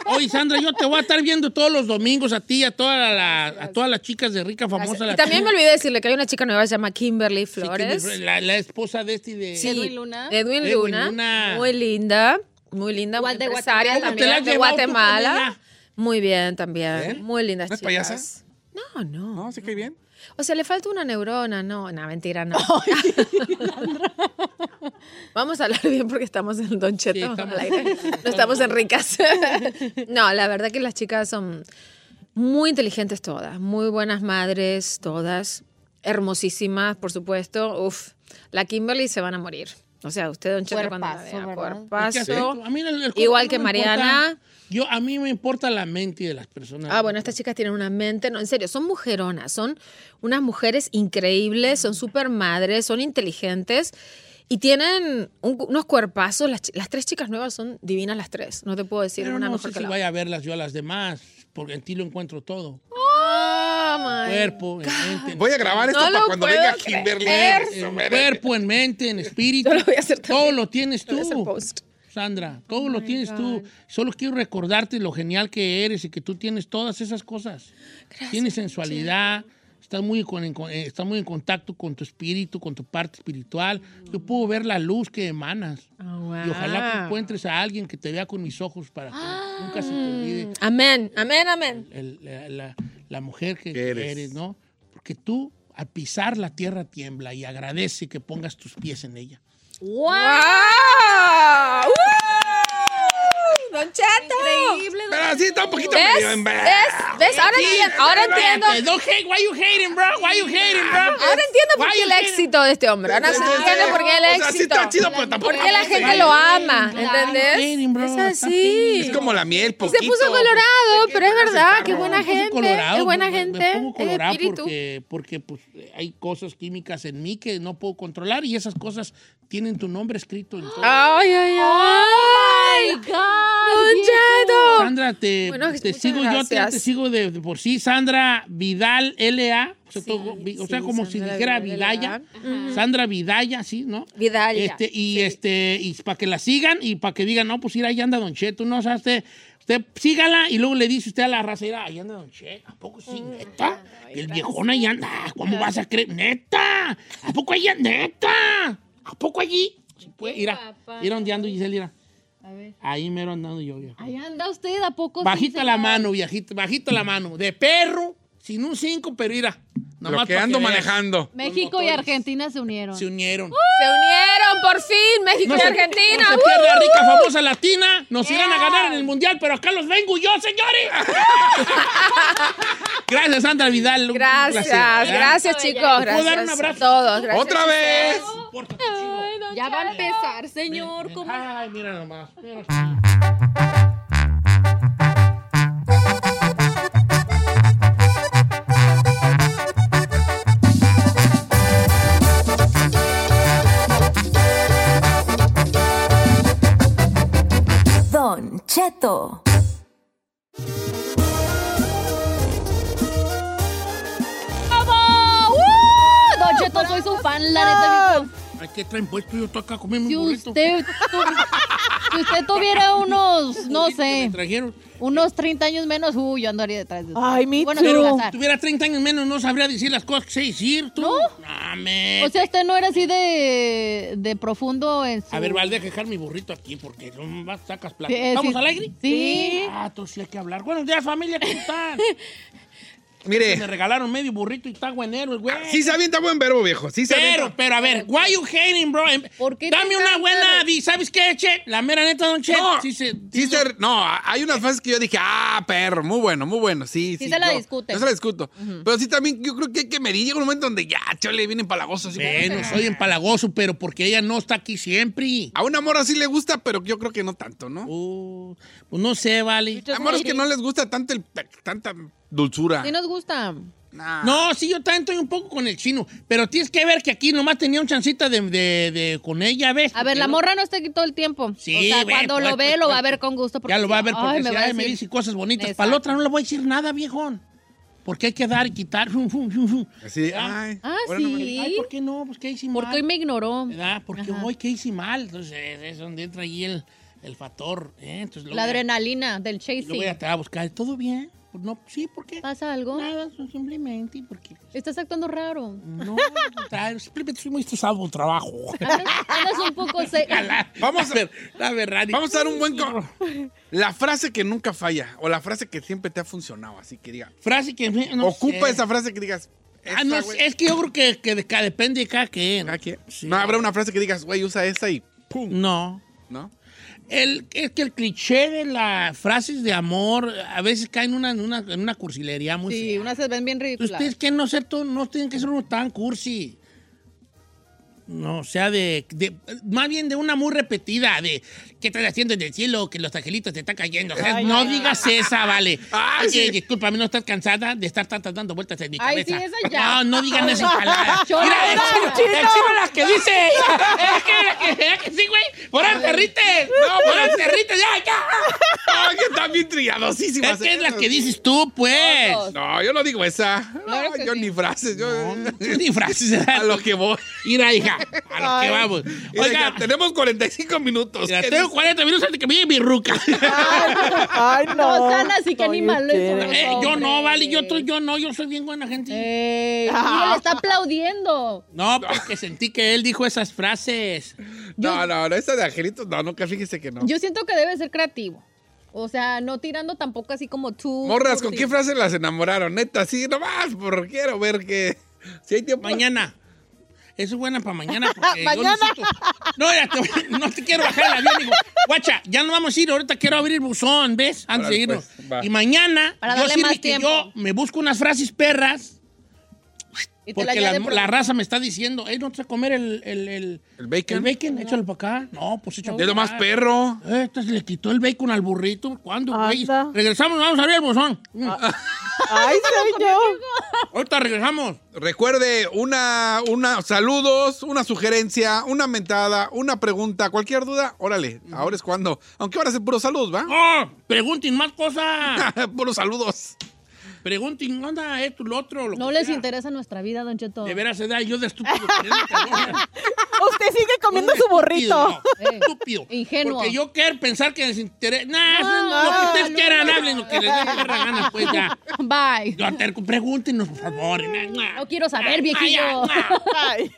Speaker 1: Oye, Sandra, yo te voy a estar viendo todos los domingos a ti, y a, toda la- a todas las chicas de rica famosa.
Speaker 5: Y
Speaker 1: la
Speaker 5: también me
Speaker 1: Kim-
Speaker 5: olvidé decirle que hay una chica nueva que se llama Kimberly Flores.
Speaker 1: La, la esposa de este y de.
Speaker 5: Sí.
Speaker 3: Edwin Luna.
Speaker 5: Edwin
Speaker 1: Edwin
Speaker 5: Luna.
Speaker 1: Luna.
Speaker 5: Muy linda. Muy linda. Muy
Speaker 3: de
Speaker 5: empresaria
Speaker 3: Guatemala.
Speaker 5: también,
Speaker 1: ¿Cómo te la has
Speaker 5: de
Speaker 1: llevado tú con
Speaker 5: Guatemala.
Speaker 1: ella?
Speaker 5: Muy bien también. Muy linda
Speaker 10: ¿No es payasa?
Speaker 5: No, no.
Speaker 10: No, se cae bien.
Speaker 5: O sea, le falta una neurona. No, no, mentira, no. Vamos a hablar bien porque estamos en Don Cheto.
Speaker 1: Sí, estamos-
Speaker 5: al aire. No estamos en ricas. no, la verdad que las chicas son muy inteligentes todas. Muy buenas madres todas. Hermosísimas, por supuesto. Uf, la Kimberly se van a morir. O sea, usted, Don Cheto, cuando la
Speaker 3: Cuerpazo,
Speaker 5: vea,
Speaker 3: ¿verdad?
Speaker 1: ¿Qué haces
Speaker 5: cuerpazo.
Speaker 1: tú? A mí el- el cuerpo
Speaker 5: Igual que
Speaker 1: no me importa.
Speaker 5: Mariana.
Speaker 1: Yo, a mí me importa la mente de las personas.
Speaker 5: Ah, bueno, estas chicas tienen una mente, no, en serio, son mujeronas, son unas mujeres increíbles, son súper madres, son inteligentes y tienen un- unos cuerpazos. Las, chi- las tres chicas nuevas son divinas las tres, no te puedo decir
Speaker 1: Pero
Speaker 5: una
Speaker 1: no
Speaker 5: mejor
Speaker 1: sé
Speaker 5: que
Speaker 1: si
Speaker 5: la
Speaker 1: vaya a verlas yo a las demás, porque en ti lo encuentro todo.
Speaker 5: otra. Oh, my
Speaker 1: cuerpo, en mente. en
Speaker 10: Voy a grabar esto
Speaker 5: No
Speaker 10: para
Speaker 5: lo
Speaker 10: cuando
Speaker 5: puedo
Speaker 10: venga Kimberly.
Speaker 5: creer.
Speaker 10: Eso,
Speaker 1: en
Speaker 10: mire.
Speaker 1: cuerpo, en mente, en espíritu.
Speaker 5: Yo lo voy a hacer
Speaker 1: Todo lo tienes tú.
Speaker 5: voy a hacer post. Oh
Speaker 1: Sandra, todo lo tienes tú. Solo quiero recordarte lo genial que eres y que tú tienes todas esas cosas. tienes sensualidad, estás muy, con- en, con- eh, estás muy en contacto con tu espíritu, con tu parte espiritual. Yo puedo ver la luz que emanas.
Speaker 5: Ah,
Speaker 1: Y ojalá que encuentres a alguien que te vea con mis ojos para que nunca se te olvide
Speaker 5: Amén, amén, amén.
Speaker 1: el- la, la- la mujer que,
Speaker 10: ¿Qué
Speaker 1: que
Speaker 10: eres?
Speaker 1: eres? ¿no? Porque tú, al pisar la tierra, tiembla y agradece que pongas tus pies en ella.
Speaker 5: ¡Wow! ¡Don Cheto! Increíble.
Speaker 10: Pero así está un poquito
Speaker 5: ¿Ves?
Speaker 10: medio en
Speaker 5: ¿Ves? ¿Ves? Eh, Ahora entiendo. Ahora entiendo.
Speaker 1: Cállate, don't hate, why you hating, bro? Why you hating, bro?
Speaker 5: Ahora entiendo por
Speaker 1: Why
Speaker 5: qué
Speaker 1: you
Speaker 5: el
Speaker 1: hating?
Speaker 5: éxito de este hombre. Ahora
Speaker 10: Sí, sí, sí.
Speaker 5: entiendo por qué el
Speaker 10: O sea, sí
Speaker 5: éxito.
Speaker 10: está chido, pero tampoco-
Speaker 5: ¿Por qué la
Speaker 10: Sí,
Speaker 5: gente
Speaker 10: sí.
Speaker 5: lo ama?
Speaker 1: Hating, bro,
Speaker 5: ¿Entendés? Es
Speaker 1: está
Speaker 5: así.
Speaker 10: Es como la miel, poquito.
Speaker 5: Se puso colorado, pero es verdad. Qué buena
Speaker 1: Me puse
Speaker 5: gente.
Speaker 1: colorado,
Speaker 5: Es buena
Speaker 1: me- me-
Speaker 5: gente. eh,
Speaker 1: Me pongo
Speaker 5: Es
Speaker 1: colorado
Speaker 5: espíritu.
Speaker 1: porque, porque pues, hay cosas químicas en mí que no puedo controlar y esas cosas tienen tu nombre escrito en todo.
Speaker 5: Ay, ay, ay.
Speaker 3: ¡Oh, my God!
Speaker 5: Don Cheto.
Speaker 1: Sandra, te,
Speaker 5: Bueno,
Speaker 1: te
Speaker 5: muchas
Speaker 1: sigo yo, te,
Speaker 5: gracias.
Speaker 1: te sigo de, de por sí. Sandra Vidal LA, o sea, todo- vi- o
Speaker 5: sí,
Speaker 1: sea, como
Speaker 5: Sandra
Speaker 1: si dijera
Speaker 5: Vidal
Speaker 1: Vidaya.
Speaker 5: LA.
Speaker 1: Sandra Vidaya, sí, ¿no?
Speaker 5: Vidal.
Speaker 1: Este, y este, y para que la sigan y para que digan, no, pues ir ahí anda Don Cheto, no, o sea, usted, usted sígala y luego le dice usted a la raza, "Mira, ahí anda Don Cheto, ¿a poco sí, neta? el viejón ahí anda, ah, ¿cómo vas a creer? ¡Neta! ¿A poco allá, neta? ¿A poco allí? Sí, pues, mira, mira donde ando, Giselle, mira. Ahí mero andando yo, viejo.
Speaker 3: Ahí anda usted, ¿a poco? sí,
Speaker 1: Bajita la
Speaker 3: señor?
Speaker 1: mano, viejito, bajita la mano. De perro, sin un 5, pero mira.
Speaker 10: Lo
Speaker 1: más
Speaker 10: que ando manejando.
Speaker 3: México y Argentina se unieron.
Speaker 1: Se unieron.
Speaker 5: Se unieron por fin México y
Speaker 1: se-
Speaker 5: Argentina.
Speaker 1: no se
Speaker 5: ¡Uh!
Speaker 1: pierde la rica, famosa latina. Nos irán a ganar en el mundial, pero acá los vengo yo, señores. gracias, Sandra Vidal. un
Speaker 5: Gracias,
Speaker 1: placer, ¿verdad?
Speaker 5: gracias chicos,
Speaker 1: ¿Puedo dar
Speaker 5: gracias
Speaker 1: un abrazo?
Speaker 5: a todos. Gracias
Speaker 10: ¡Otra vez!
Speaker 1: No importa, chico.
Speaker 3: Ya va a empezar, señor. ¿cómo?
Speaker 1: Ay, mira nomás. mira.
Speaker 6: Don Cheto.
Speaker 3: ¡Bravo! ¡Uh! Don Cheto, soy su fan, la
Speaker 4: Ah,
Speaker 3: neta. viejo.
Speaker 1: Ay, ¿Qué traen puesto? Yo estoy acá comiendo
Speaker 3: Si
Speaker 1: un burrito.
Speaker 3: usted, tu- si usted tuviera unos, no
Speaker 1: Burrito que
Speaker 3: sé,
Speaker 1: me trajeron.
Speaker 3: unos 30 años menos, uh, yo andaría detrás de usted.
Speaker 4: Ay, mi
Speaker 3: Bueno, ah,
Speaker 4: too.
Speaker 3: quiero
Speaker 1: Pero si
Speaker 3: casar.
Speaker 1: tuviera 30 años menos, no sabría decir las cosas que sé decir, tú.
Speaker 3: ¿No?
Speaker 1: No, me-
Speaker 3: O sea, usted no era así de, de profundo en su...
Speaker 1: A ver, Valde, dejar mi burrito aquí porque no me vas- sacas plata.
Speaker 3: Sí, eh,
Speaker 1: ¿Vamos
Speaker 3: sí.
Speaker 1: al aire?
Speaker 3: Sí.
Speaker 1: Ah, entonces sí hay que hablar. Buenos días, familia, ¿cómo están?
Speaker 2: Mire.
Speaker 1: Me regalaron medio burrito y está guanero el güey.
Speaker 2: Sí se avienta buen verbo, viejo. Sí se
Speaker 1: Pero,
Speaker 2: avienta.
Speaker 1: pero a ver, why you hating, bro? Em- Dame una buena, di- ¿sabes qué, Che? La mera neta, don Che.
Speaker 2: No,
Speaker 1: Sí se- Eh.
Speaker 2: sí se- no, hay unas frases que yo dije, ah, perro, muy bueno, muy bueno. Sí, sí.
Speaker 3: Sí se la
Speaker 2: yo-
Speaker 3: discuten.
Speaker 2: Yo se la discuto. Pero sí también, yo creo que hay que medir. Llega un momento donde ya, chole, viene empalagoso. así como-
Speaker 1: Bueno, soy empalagoso, pero porque ella no está aquí siempre.
Speaker 2: A una mora sí le gusta, pero yo creo que no tanto, ¿no?
Speaker 1: pues no sé, vale.
Speaker 2: A moras que no les gusta tanto el, pe- tanta dulzura.
Speaker 3: Sí nos gusta.
Speaker 1: No, sí, yo también estoy un poco con el chino. Pero tienes que ver que aquí nomás tenía un chancita de, de- de- con ella, ¿ves?
Speaker 3: A ver, la
Speaker 1: Porque no-
Speaker 3: morra no está aquí todo el tiempo.
Speaker 1: Sí,
Speaker 3: o sea,
Speaker 1: ve,
Speaker 3: cuando
Speaker 1: pues,
Speaker 3: lo
Speaker 1: pues,
Speaker 3: ve, lo
Speaker 1: pues,
Speaker 3: va a ver con gusto. porque
Speaker 1: Ya lo va a ver
Speaker 3: dice,
Speaker 1: porque
Speaker 3: "Ay,
Speaker 1: me,
Speaker 3: me va a
Speaker 1: me
Speaker 3: decir".
Speaker 1: dice cosas bonitas.
Speaker 3: Exacto.
Speaker 1: Para la otra no le voy a decir nada, viejón. Porque hay que dar y quitar.
Speaker 2: Así,
Speaker 1: Ah.
Speaker 2: ay.
Speaker 3: Ah,
Speaker 1: Ahora no me-
Speaker 3: sí.
Speaker 1: Ay, ¿por qué no? Pues qué hice mal.
Speaker 3: Porque hoy me ignoró.
Speaker 1: ¿Verdad? Porque hoy qué hice mal. Entonces es donde entra ahí el, el factor. ¿eh? Entonces, luego
Speaker 3: La
Speaker 1: ya-
Speaker 3: adrenalina del
Speaker 1: Lo voy
Speaker 3: chasing.
Speaker 1: a, te va a buscar. ¿Todo bien? Pues No, sí, ¿por qué?
Speaker 3: ¿Pasa algo?
Speaker 1: Nada, pues, simplemente porque...
Speaker 3: Estás actuando raro.
Speaker 1: No, o sea, simplemente soy muy estresado por trabajo.
Speaker 3: Andas un poco... se-
Speaker 2: Vamos a ver.
Speaker 1: La verdad.
Speaker 2: Vamos a dar un buen. co- La frase que nunca falla, o la frase que siempre te ha funcionado, así que diga.
Speaker 1: Frase que... me- no
Speaker 2: Ocupa
Speaker 1: sé.
Speaker 2: esa frase que digas.
Speaker 1: Ah, no,
Speaker 2: güey.
Speaker 1: es que yo creo que, que de- que depende de cada quien.
Speaker 2: No habrá una frase que digas, güey, usa esa y pum.
Speaker 1: No.
Speaker 2: ¿No?
Speaker 1: El, es que el cliché de las frases de amor a veces cae en una, en una, en una cursilería muy
Speaker 3: pues Sí,
Speaker 1: fea.
Speaker 3: unas se ven bien ridículas.
Speaker 1: Ustedes Pues que no ser todo- no tienen que ser uno tan cursi. No, o sea, de, de- más bien de una muy repetida, de ¿qué estás haciendo en el cielo? Que los angelitos te están cayendo. O sea,
Speaker 3: Ay,
Speaker 1: no
Speaker 3: ay,
Speaker 1: digas esa, vale.
Speaker 2: Ay,
Speaker 1: Oye,
Speaker 2: sí.
Speaker 1: disculpa, a mí no estás cansada de estar tantas dando vueltas en mi
Speaker 3: Ay,
Speaker 1: cabeza.
Speaker 3: sí, esa ya.
Speaker 1: No, no digan esa
Speaker 3: Chole.
Speaker 1: palabra.
Speaker 3: Chole.
Speaker 1: Mira, el chino,
Speaker 3: Chino.
Speaker 1: el chino las que dice. Es que, es que, es que sí, güey. Por ahí te rites. No, por ahí te rites. Ya, ya.
Speaker 2: Ay, que están bien trilladosísimas.
Speaker 1: Es que es la
Speaker 2: esas.
Speaker 1: que dices tú, pues.
Speaker 2: No, yo no digo esa.
Speaker 3: Claro
Speaker 2: No,
Speaker 3: que
Speaker 2: yo
Speaker 3: sí.
Speaker 2: ni frases. Yo...
Speaker 1: Ni frases.
Speaker 2: A lo que voy.
Speaker 1: Mira, hija, a lo que vamos.
Speaker 2: Mira,
Speaker 1: Oiga,
Speaker 2: hija, tenemos 45 minutos.
Speaker 1: mira,
Speaker 2: ¿Qué
Speaker 1: tengo
Speaker 2: dices?
Speaker 1: 40 minutos antes que me llegue mi ruca.
Speaker 4: Ay, no.
Speaker 3: No, sana, así que
Speaker 4: Estoy
Speaker 3: animal eso.
Speaker 4: entera.
Speaker 1: Eh, yo no, vale, yo, tú- yo no, yo soy bien buena gente.
Speaker 3: Eh,
Speaker 1: Ah.
Speaker 3: mira, le está aplaudiendo.
Speaker 1: No, porque sentí que él dijo esas frases.
Speaker 2: No, no, no, esa de angelitos, no, nunca fíjese que no.
Speaker 3: Yo siento que debe ser creativo. O sea, no tirando tampoco así como tú.
Speaker 2: Morras,
Speaker 3: cursi.
Speaker 2: ¿con qué frase las enamoraron? Neta, sí, nomás, por quiero ver que. Si hay tiempo.
Speaker 1: Mañana. Eso es buena para mañana. Porque yo
Speaker 4: Mañana.
Speaker 1: necesito- no, ya te- no te quiero bajar el avión. Digo, guacha, ya no vamos a ir. Ahorita quiero abrir buzón, ¿ves? Antes de
Speaker 2: Órale,
Speaker 1: irnos.
Speaker 2: pues, va.
Speaker 1: y mañana,
Speaker 3: Para
Speaker 1: yo
Speaker 3: darle
Speaker 1: sirve
Speaker 3: más
Speaker 1: que
Speaker 3: tiempo.
Speaker 1: yo me busco unas frases perras.
Speaker 3: Y te la
Speaker 1: Porque la,
Speaker 3: añade por-
Speaker 1: la raza me está diciendo, hey, ¿no te vas a comer el, el, el,
Speaker 2: El bacon.
Speaker 1: el bacon? Échalo para acá. No, pues échalo
Speaker 2: Es lo
Speaker 1: pa'
Speaker 2: más
Speaker 1: acá.
Speaker 2: perro.
Speaker 1: Eh, Entonces le quitó el bacon al burrito. ¿Cuándo, güey?
Speaker 4: Anda.
Speaker 1: Regresamos, vamos a abrir el buzón.
Speaker 3: Ah.
Speaker 4: Ay, señor.
Speaker 1: Ahorita regresamos.
Speaker 2: Recuerde, una, una, saludos, una sugerencia, una mentada, una pregunta, cualquier duda, órale, ahora es cuando. Aunque ahora es puro saludos, ¿va?
Speaker 1: ¡Oh! Pregunten más cosas.
Speaker 2: puros saludos.
Speaker 1: Pregunten, onda esto, lo otro. Lo
Speaker 3: No
Speaker 1: que
Speaker 3: les
Speaker 1: sea.
Speaker 3: interesa nuestra vida, Don Cheto.
Speaker 1: De veras, edad, yo de estúpido. queriendo que no.
Speaker 4: Usted sigue comiendo su
Speaker 1: Estúpido,
Speaker 4: burrito.
Speaker 1: no.
Speaker 3: Eh,
Speaker 1: Estúpido.
Speaker 3: ingenuo.
Speaker 1: Porque yo quiero pensar que les interesa. Nah,
Speaker 3: No,
Speaker 1: eso es lo que
Speaker 3: no,
Speaker 1: ustedes
Speaker 3: no.
Speaker 1: quieran, hablen lo que les dé la gana, pues ya.
Speaker 3: Bye.
Speaker 1: Yo, terco, pregúntenos, por favor. Nah, nah.
Speaker 3: No quiero saber,
Speaker 1: Nah, nah,
Speaker 3: viejillo.
Speaker 1: nah.
Speaker 4: Ay.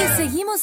Speaker 6: Y seguimos